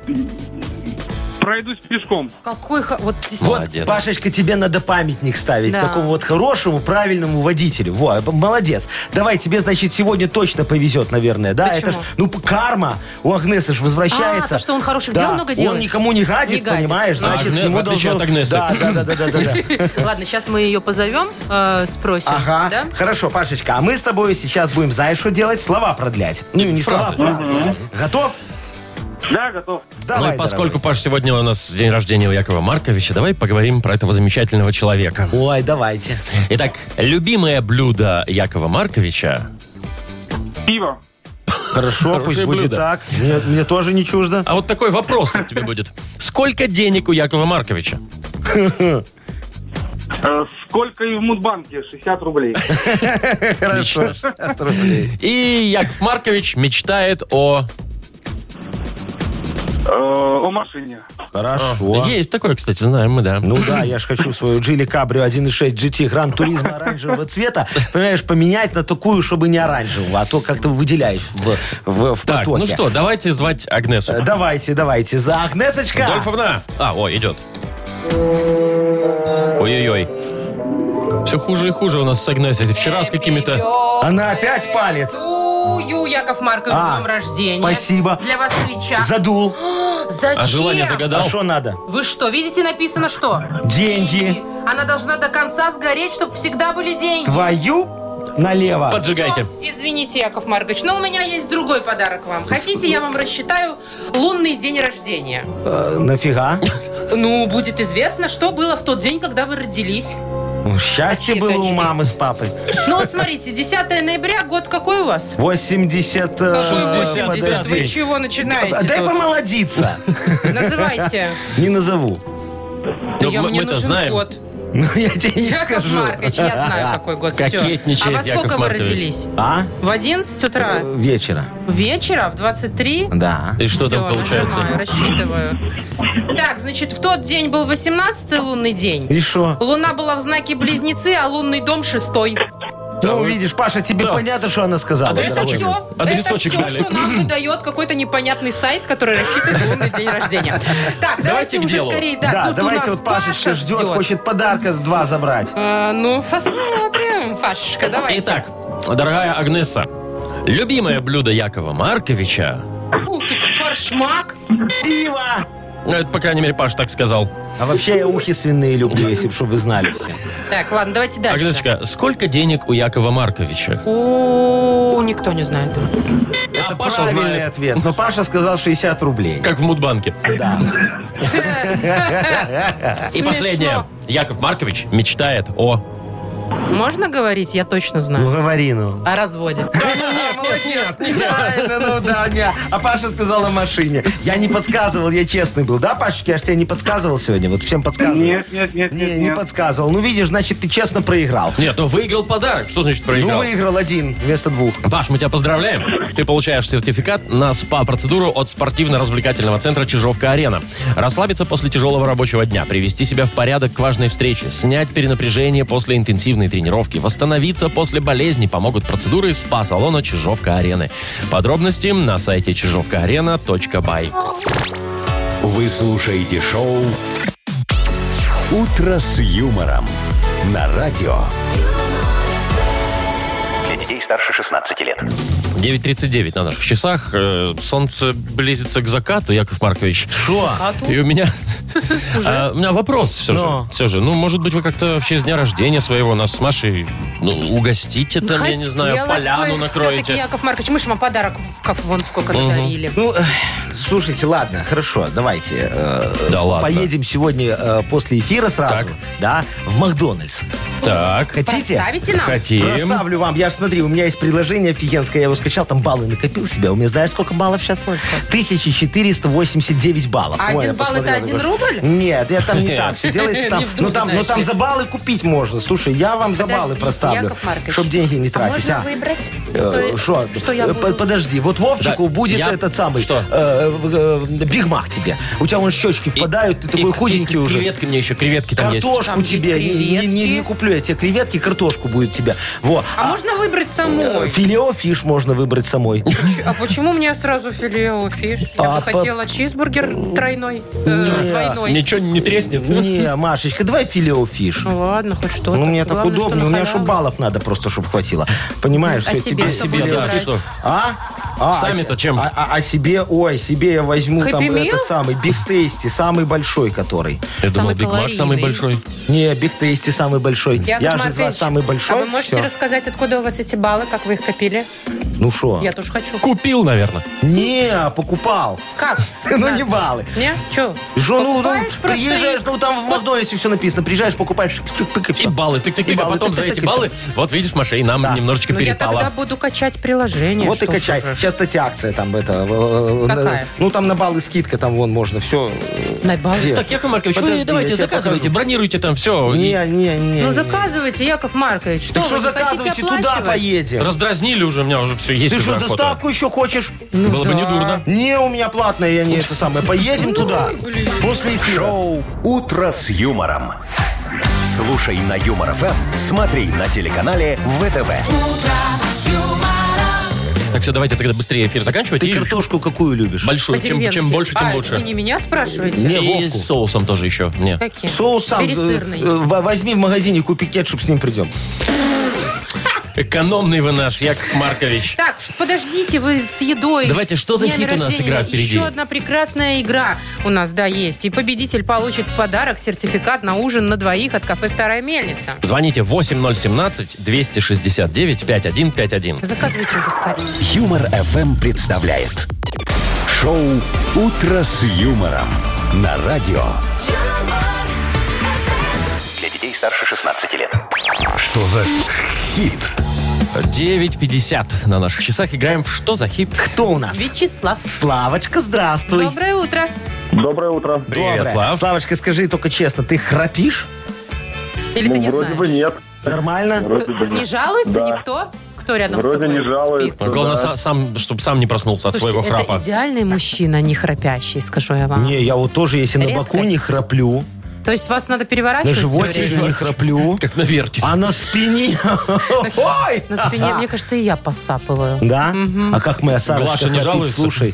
Пройдусь пешком.
Какой... ха- Вот, действительно.
Вот,
Молодец.
Пашечка, тебе надо памятник ставить
Да.
такому вот хорошему, правильному водителю. Во, б- молодец. Давай, тебе, значит, сегодня точно повезет, наверное, да?
Почему?
Это ж, ну, п- карма у Агнесы ж возвращается.
А, то, что он хороших
Да,
дел много делает?
Он никому не гадит,
Не гадит.
понимаешь?
Ну,
Значит,
Агне- в
ему
отличие
должно...
от Агнесы.
Да, да, да, да, да, да, да.
Ладно, сейчас мы ее позовем, э, спросим.
Ага.
Да?
Хорошо, Пашечка, а мы с тобой сейчас будем, знаешь, что делать? Слова продлять. Ну, не слова,
Фразы.
фразы. Готов?
Да, готов.
Давай,
ну и поскольку,
дорогой.
Паш, сегодня у нас день рождения у Якова Марковича, давай поговорим про этого замечательного человека.
Ой, давайте.
Итак, любимое блюдо Якова Марковича.
Пиво.
Хорошо, пусть
Хорошее
будет
блюдо.
так. Мне- Мне тоже не чуждо.
А вот такой вопрос тут тебе будет. Сколько денег у Якова Марковича?
Э, Сколько и в Мудбанке? 60 рублей.
Хорошо. 60 рублей.
И Яков Маркович мечтает о...
Э, О машине.
Хорошо.
Есть такое, кстати, знаем мы, да.
Ну да, я же хочу свою Джили Кабрио 1.6 GT Гран Туризма оранжевого цвета, понимаешь, поменять на такую, чтобы не оранжевого, а то как-то выделяешь в, в, в
так, ну
потоке.
что, давайте звать Агнесу.
Э, Давайте, давайте. За Агнесочка.
Дольфовна. А, о, идет. Ой-ой-ой. Все хуже и хуже у нас с Агнесой. Вчера с какими-то...
Она опять палит.
Ую, Яков Маркович,
А,
с днем рождения.
спасибо.
Для вас свеча.
Задул.
Зачем?
А желание
А
загадал?
что надо?
Вы что, видите, написано что?
Деньги.
Она должна до конца сгореть, чтобы всегда были деньги.
Твою налево.
Поджигайте.
Всё, Извините, Яков Маркович, но у меня есть другой подарок вам. Хотите, я вам рассчитаю лунный день рождения.
Э, нафига?
Ну, будет известно, что было в тот день, когда вы родились.
Ну, Счастье было у
Щиточки.
мамы с папой.
Ну вот смотрите, 10 ноября, год какой у вас?
80...
Какой у вас
60,
80? Вы
подожди.
чего начинаете?
э, Дай
тут?
помолодиться.
Называйте.
Не назову.
Ну,
Я-
мы-
мне
мы-то
нужен
знаем.
год.
Ну, я тебе не
Яков
скажу.
Маркович, я знаю, какой год. Всё.
Кокетничает
А во
Яков
сколько вы
Маркович.
родились?
А?
В 11 утра?
Э, Вечера.
Вечера? В 23?
Да.
И что там
Всё, нажимаю,
получается?
рассчитываю. Так, значит, в тот день был 18-й лунный день.
И что?
Луна была в знаке Близнецы, а лунный дом шестой.
Ну, видишь, Паша, тебе
Да.
понятно, что она сказала?
Это
Адресочек.
Довольно.
все, а это
Адресочек
все,
дали.
что нам выдает какой-то непонятный сайт, который рассчитывает лунный день рождения. Так,
Давайте
давайте
к
уже
делу.
скорее. Да,
Да,
тут у нас
давайте вот Пашечка ждет,
ждет.
хочет подарка два забрать.
А, Ну, посмотрим, Пашечка, давайте.
Итак, дорогая Агнеса, любимое блюдо Якова Марковича...
Фу, тут форшмак.
Пиво!
Ну, это, по крайней мере, Паш так сказал.
А вообще я ухи свиные люблю, если бы чтоб вы знали все.
Так, ладно, давайте дальше.
Агнесочка, сколько денег у Якова Марковича?
О, никто не знает.
Это
Паша
правильный
знает.
ответ. Но Паша сказал 60 рублей.
Как в Мудбанке.
Да.
И
Смешно.
последнее. Яков Маркович мечтает о...
Можно говорить? Я точно знаю.
Ну говори, ну.
О разводе.
Молодец, неправильно, ну да, не. А Паша сказал о машине. Я не подсказывал, я честный был. Да, Пашечка, я же тебе не подсказывал сегодня? Вот всем подсказывал.
Нет, нет, нет,
Не,
нет,
не
нет.
подсказывал. Ну, видишь, значит, ты честно проиграл.
Нет, ну выиграл подарок. Что значит
Ну,
проиграл?
выиграл один вместо двух.
Паш, мы тебя поздравляем. Ты получаешь сертификат на СПА-процедуру от спортивно-развлекательного центра «Чижовка-арена». Расслабиться после тяжелого рабочего дня, привести себя в порядок к важной встрече, снять перенапряжение после интенсивной тренировки, восстановиться после болезни помогут процедуры СПА-салона «Чижовка-арены». Подробности на сайте чижовкаарена.бай.
Вы слушаете шоу «Утро с юмором» на радио.
Для детей старше 16 лет.
9.39 на наших часах. Э, Солнце близится к закату, Яков Маркович. Шо? И у меня... А, у меня вопрос все же.
Но.
Все же. Ну, может быть, вы как-то в честь дня рождения своего нас с Машей ну, угостите там, я не знаю,
Хотелось бы
поляну
Все-таки,
накроете.
Яков Маркович, мы же вам подарок в кафе вон сколько надарили.
Ну, эх, слушайте, ладно, хорошо, давайте. э,
Да ладно.
Поедем сегодня э, после эфира сразу,
Так.
да, в Макдональдс.
Так,
Хотите?
Ставите нам?
хотим.
Проставлю вам. Я ж смотри, у меня есть приложение офигенское. Я его скачал, там баллы накопил себя. У меня знаешь, сколько баллов сейчас? 1489 баллов.
А
я
один балл это
посмотрел,
один
такой,
рубль?
Нет, я там не так все делается. Там,
Не вдруг,
ну, там, ну,
знаешь
там
ли.
за баллы купить можно. Слушай, я вам за баллы
Подождите,
проставлю,
Яков Маркович.
чтобы деньги не
А
тратить.
можно
а?
выбрать?
Э,
Э,
Шо?
Что я
Э,
буду?
под- Подожди, вот Вовчику
Да,
будет
я-
этот самый
Что?
э, э, Биг Мак тебе. У тебя вон щечки впадают, ты такой
И-
худенький
и
уже.
Креветки мне еще, креветки там есть.
Картошку
Там есть
тебе не- не- не- не
креветки.
куплю, я тебе креветки, картошку будет тебе. Во.
А можно выбрать самой?
Филео фиш можно выбрать самой.
А почему мне сразу филе фиш? Я
А,
бы хотела чизбургер тройной, э, двойной.
Ничего не треснет.
Не, Машечка, давай филео фиш.
Ну ладно, хоть что-то.
Ну, мне так
Главное, что
удобнее,
на
у меня же
халяву.
баллов надо просто, чтобы хватило. Понимаешь,
А
все,
себе
тебе
что
Тебе
будем
да,
филео
ты
брать?
что?
А? А,
Сами-то
а-
чем?
А, а- а себе, ой, себе я возьму
Happy
там
Meal?
этот самый Биг Тейсти, самый большой который.
Я думал,
Самый
Биг Мак самый
калорийный.
большой.
Не, Биг Тейсти самый большой.
Яков
я же из
Маркович,
вас самый большой.
А вы можете
всё.
рассказать, откуда у вас эти баллы, как вы их копили?
Ну что?
Я тоже хочу.
Купил, наверное.
Не, покупал.
Как?
Ну не баллы.
Не? Че?
Жо, ну, ну,
просто
приезжаешь,
их?
ну там в Макдональдсе все написано. Приезжаешь, покупаешь, чик-пык и
И
все.
баллы. Ты, ты,
И баллы,
потом
тык,
за
тык,
эти
тык, и
баллы. Вот видишь, Маша, и нам немножечко
Ну, я тогда
перепало.
буду качать приложение.
Вот и
что ж
качай.
уже.
Сейчас, кстати, акция там это. э,
Какая?
э, Ну, там на баллы скидка, там вон можно все.
На баллы.
Где?
Так, Яков Маркович,
Подожди,
вы
я
давайте
тебе
заказывайте,
покажу.
бронируйте там все.
Не, не, не.
Ну,
не.
заказывайте, Яков Маркович. Что,
Так
вы
что
не
заказывайте,
хотите
туда
оплачивать?
поедем.
Раздразнили уже, у меня уже все есть
Ты
уже
что,
охота.
доставку еще хочешь?
Ну
Было бы
да.
недурно.
Не, у меня платная, я не это самое.
Ну,
Поедем туда. После эфира.
Шоу «Утро с юмором». Слушай на Юмор ФМ, смотри на телеканале ВТВ.
Так, все, давайте тогда быстрее эфир заканчивать.
Ты
и
картошку какую любишь?
большую. Чем, чем
По-деревенски.
больше, тем
А,
лучше.
Вы не меня спрашиваете?
Не,
И
Вовку.
с соусом тоже еще. Не.
Каким?
Соус сам э,
Пересырный.
э, во- возьми в магазине, купи кетчуп, с ним придем.
Экономный вы наш, Яков Маркович.
Так, ш- подождите, вы с едой.
Давайте,
с
что за
днями
хит у нас
рождения.
игра впереди?
Еще одна прекрасная игра у нас, да, есть. И победитель получит в подарок сертификат на ужин на двоих от кафе «Старая мельница».
Звоните 8017-269-5151.
Заказывайте уже скорее.
Юмор FM представляет шоу Утро с юмором на радио.
Для детей старше 16 лет.
Что за хит?
9.50 на наших часах. Играем в «Что за хит?»
Кто у нас?
Вячеслав,
Славочка, здравствуй.
доброе утро.
Доброе утро.
Привет,
Доброе.
Слав.
Славочка, скажи только честно, ты храпишь?
Или ты не
Ну, вроде
знаешь?
бы нет.
Нормально?
Вроде бы
Не
нет.
жалуется
Да.
никто? Кто рядом с
Вроде
тобой
не жалуется.
Ну, Главное, са- сам, чтобы сам не проснулся от
Слушайте,
своего
это
храпа.
идеальный мужчина, не храпящий, скажу я вам.
Не, я вот тоже, если на боку не
Редкость.
храплю,
То есть вас надо
на
переворачивать все
животике
время?
не храплю,
Как на верте.
а на спине... Ой!
На спине, мне кажется, и я посапываю.
Да? А как мы, а Сарочка
Глаша не
храпит,
жалуется?
слушай.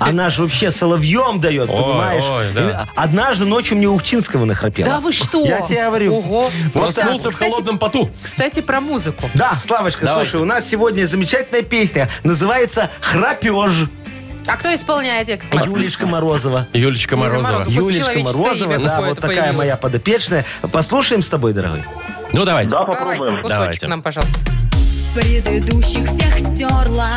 Она же вообще соловьем дает,
Ой,
понимаешь?
ой, да.
И Однажды ночью мне Ухтинского нахрапела.
Да вы что?
Я тебе говорю.
Ого.
Проснулся в
Кстати,
холодном поту.
Кстати, про музыку.
Да, Славочка,
Давай.
слушай, у нас сегодня замечательная песня. Называется «Храпеж».
А кто исполняет? Яков Маркович?
Юлечка Морозова.
Юлечка
Юля
Морозова.
Морозова. Хоть
Юлечка
человеческое
Морозова,
имя
да,
какое-то
вот такая
появилось.
моя подопечная. Послушаем с тобой, дорогой.
Ну, давайте.
Да,
Давайте,
попробуем.
кусочек
Давайте.
нам, пожалуйста.
Предыдущих всех стерла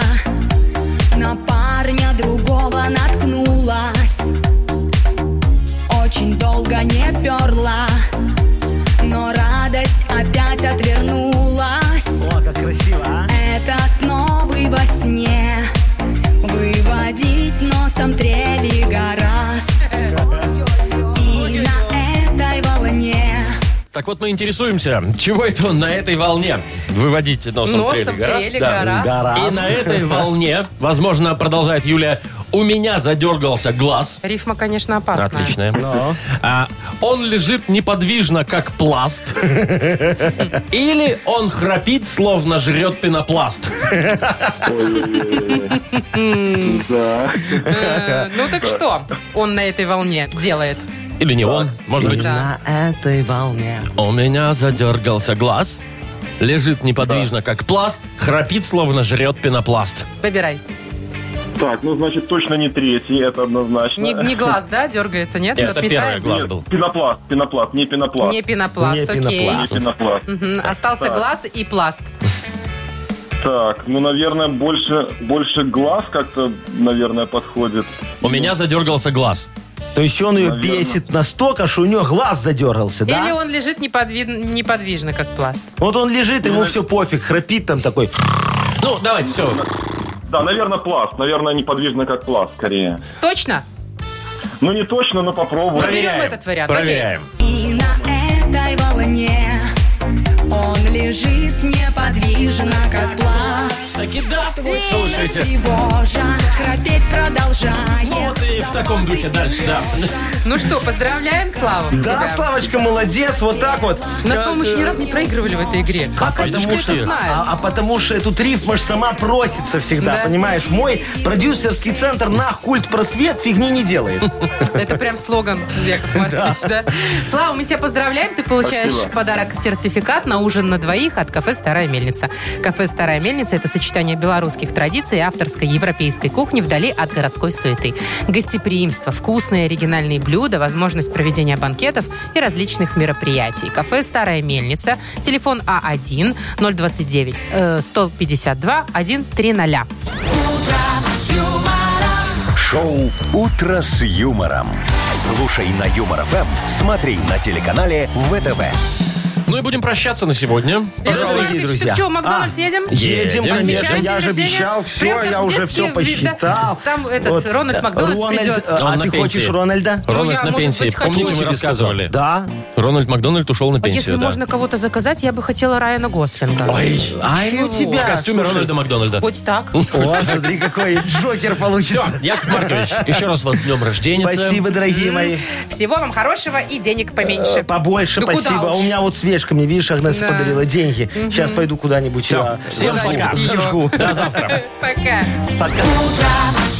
На парня другого наткнулась Очень долго не перла Но радость опять отвернулась
О, как красиво, а.
Этот новый во сне Выводить носом трели гораст И на этой волне
Так вот мы интересуемся, чего это он на этой волне? Выводить носом,
Носом
трели гораст,
трели
да.
гораст.
И
Гораздо.
на этой волне, возможно, продолжает Юля, у меня задергался глаз.
Рифма, конечно, опасная.
Отличная.
Но.
А, он лежит неподвижно, как пласт. Или он храпит, словно жрет пенопласт.
Да.
Э, Ну так что он на этой волне делает?
Или не он. Может быть,
Да.
На этой волне.
у меня задергался глаз. Лежит неподвижно, как пласт. Храпит, словно жрет пенопласт.
Выбирай.
Так, ну значит точно не третий, это однозначно. Э,
Не, не глаз, да, дергается, нет?
Это первое
Подметает?
глаз
Нет,
был.
Пенопласт, пенопласт, не пенопласт.
Не пенопласт,
Не
окей.
Не
пенопласт.
пенопласт.
Мгм, Остался
Так.
глаз и пласт.
Так, ну, наверное, больше, больше глаз как-то, наверное, подходит.
У меня задергался глаз.
То есть он ее
Наверное.
бесит настолько, что у нее глаз задергался,
Или
да?
он лежит неподвид- неподвижно, как пласт.
Вот он лежит, ему все пофиг, храпит там такой.
Ну, давайте, все.
Да, наверное, пласт. Наверное, неподвижно, как пласт, скорее.
Точно?
Ну, не точно, но попробуем.
Проверяем этот вариант, окей.
Проверяем.
И на этой волне он лежит неподвижно, как пласт.
Таки да, слушайте. Ну,
Тревожа, храпеть продолжает.
Вот и в таком духе дальше, да.
Ну что, поздравляем Славу.
Да,
Тебя.
Славочка, молодец, вот так вот.
У нас, по-моему, еще ни разу не проигрывали в этой игре. Как они
потому
все
что-
это знают?
А, а потому что эту рифму ж сама просится всегда,
Да.
понимаешь? Мой продюсерский центр на культ просвет фигни не делает.
Это прям слоган, Яков Маркович, да? Слава, мы тебя поздравляем. Ты получаешь в подарок сертификат на ужин на двоих от кафе «Старая мельница». Кафе «Старая мельница» — это сочетание белорусских традиций и авторской европейской кухни вдали от городской суеты. Гостеприимство, вкусные оригинальные блюда, возможность проведения банкетов и различных мероприятий. Кафе «Старая мельница», телефон А э, А1-029-152-130.
Шоу Утро с юмором. Слушай на Юмор ФМ, смотри на телеканале ВТВ.
Ну и будем прощаться на сегодня.
Э,
Пожалуй.
Маркович,
Маркович,
друзья.
так что, в Макдональдс
А,
едем?
Едем,
Едем,
конечно,
Отмечаем
я
день
же
рождения.
обещал
Прям
все,
как
я
в
уже
детстве,
все
да.
посчитал.
Там этот, Рональд
да,
Макдональд
Рональд,
придет.
э,
Он
А
на
ты
пенсии.
хочешь Рональда?
Ну,
Рональд
я,
на
может
пенсии.
быть, хочу.
Помните, мы
Тебе
рассказывали?
Да.
Рональд Макдональд ушел на
А если
пенсию, да.
можно кого-то заказать, я бы хотела Райана Гослинга.
Ой,
Ай, ну
Чего?
тебя.
в костюме
слушай.
Рональда Макдональда.
Хоть так.
О, смотри, какой джокер
Все,
получится.
Яков Маркович, еще раз вас с днем рождения.
Спасибо, дорогие мои.
Всего вам хорошего и денег поменьше.
Побольше
Ну, куда
спасибо. А
уж.
У меня вот Олежка мне, видишь, Агнеса
Да.
подарила деньги. Сейчас пойду куда-нибудь.
Всё,
а,
всем
зажгу,
пока.
зажгу.
До завтра.
Пока.
Пока.
утро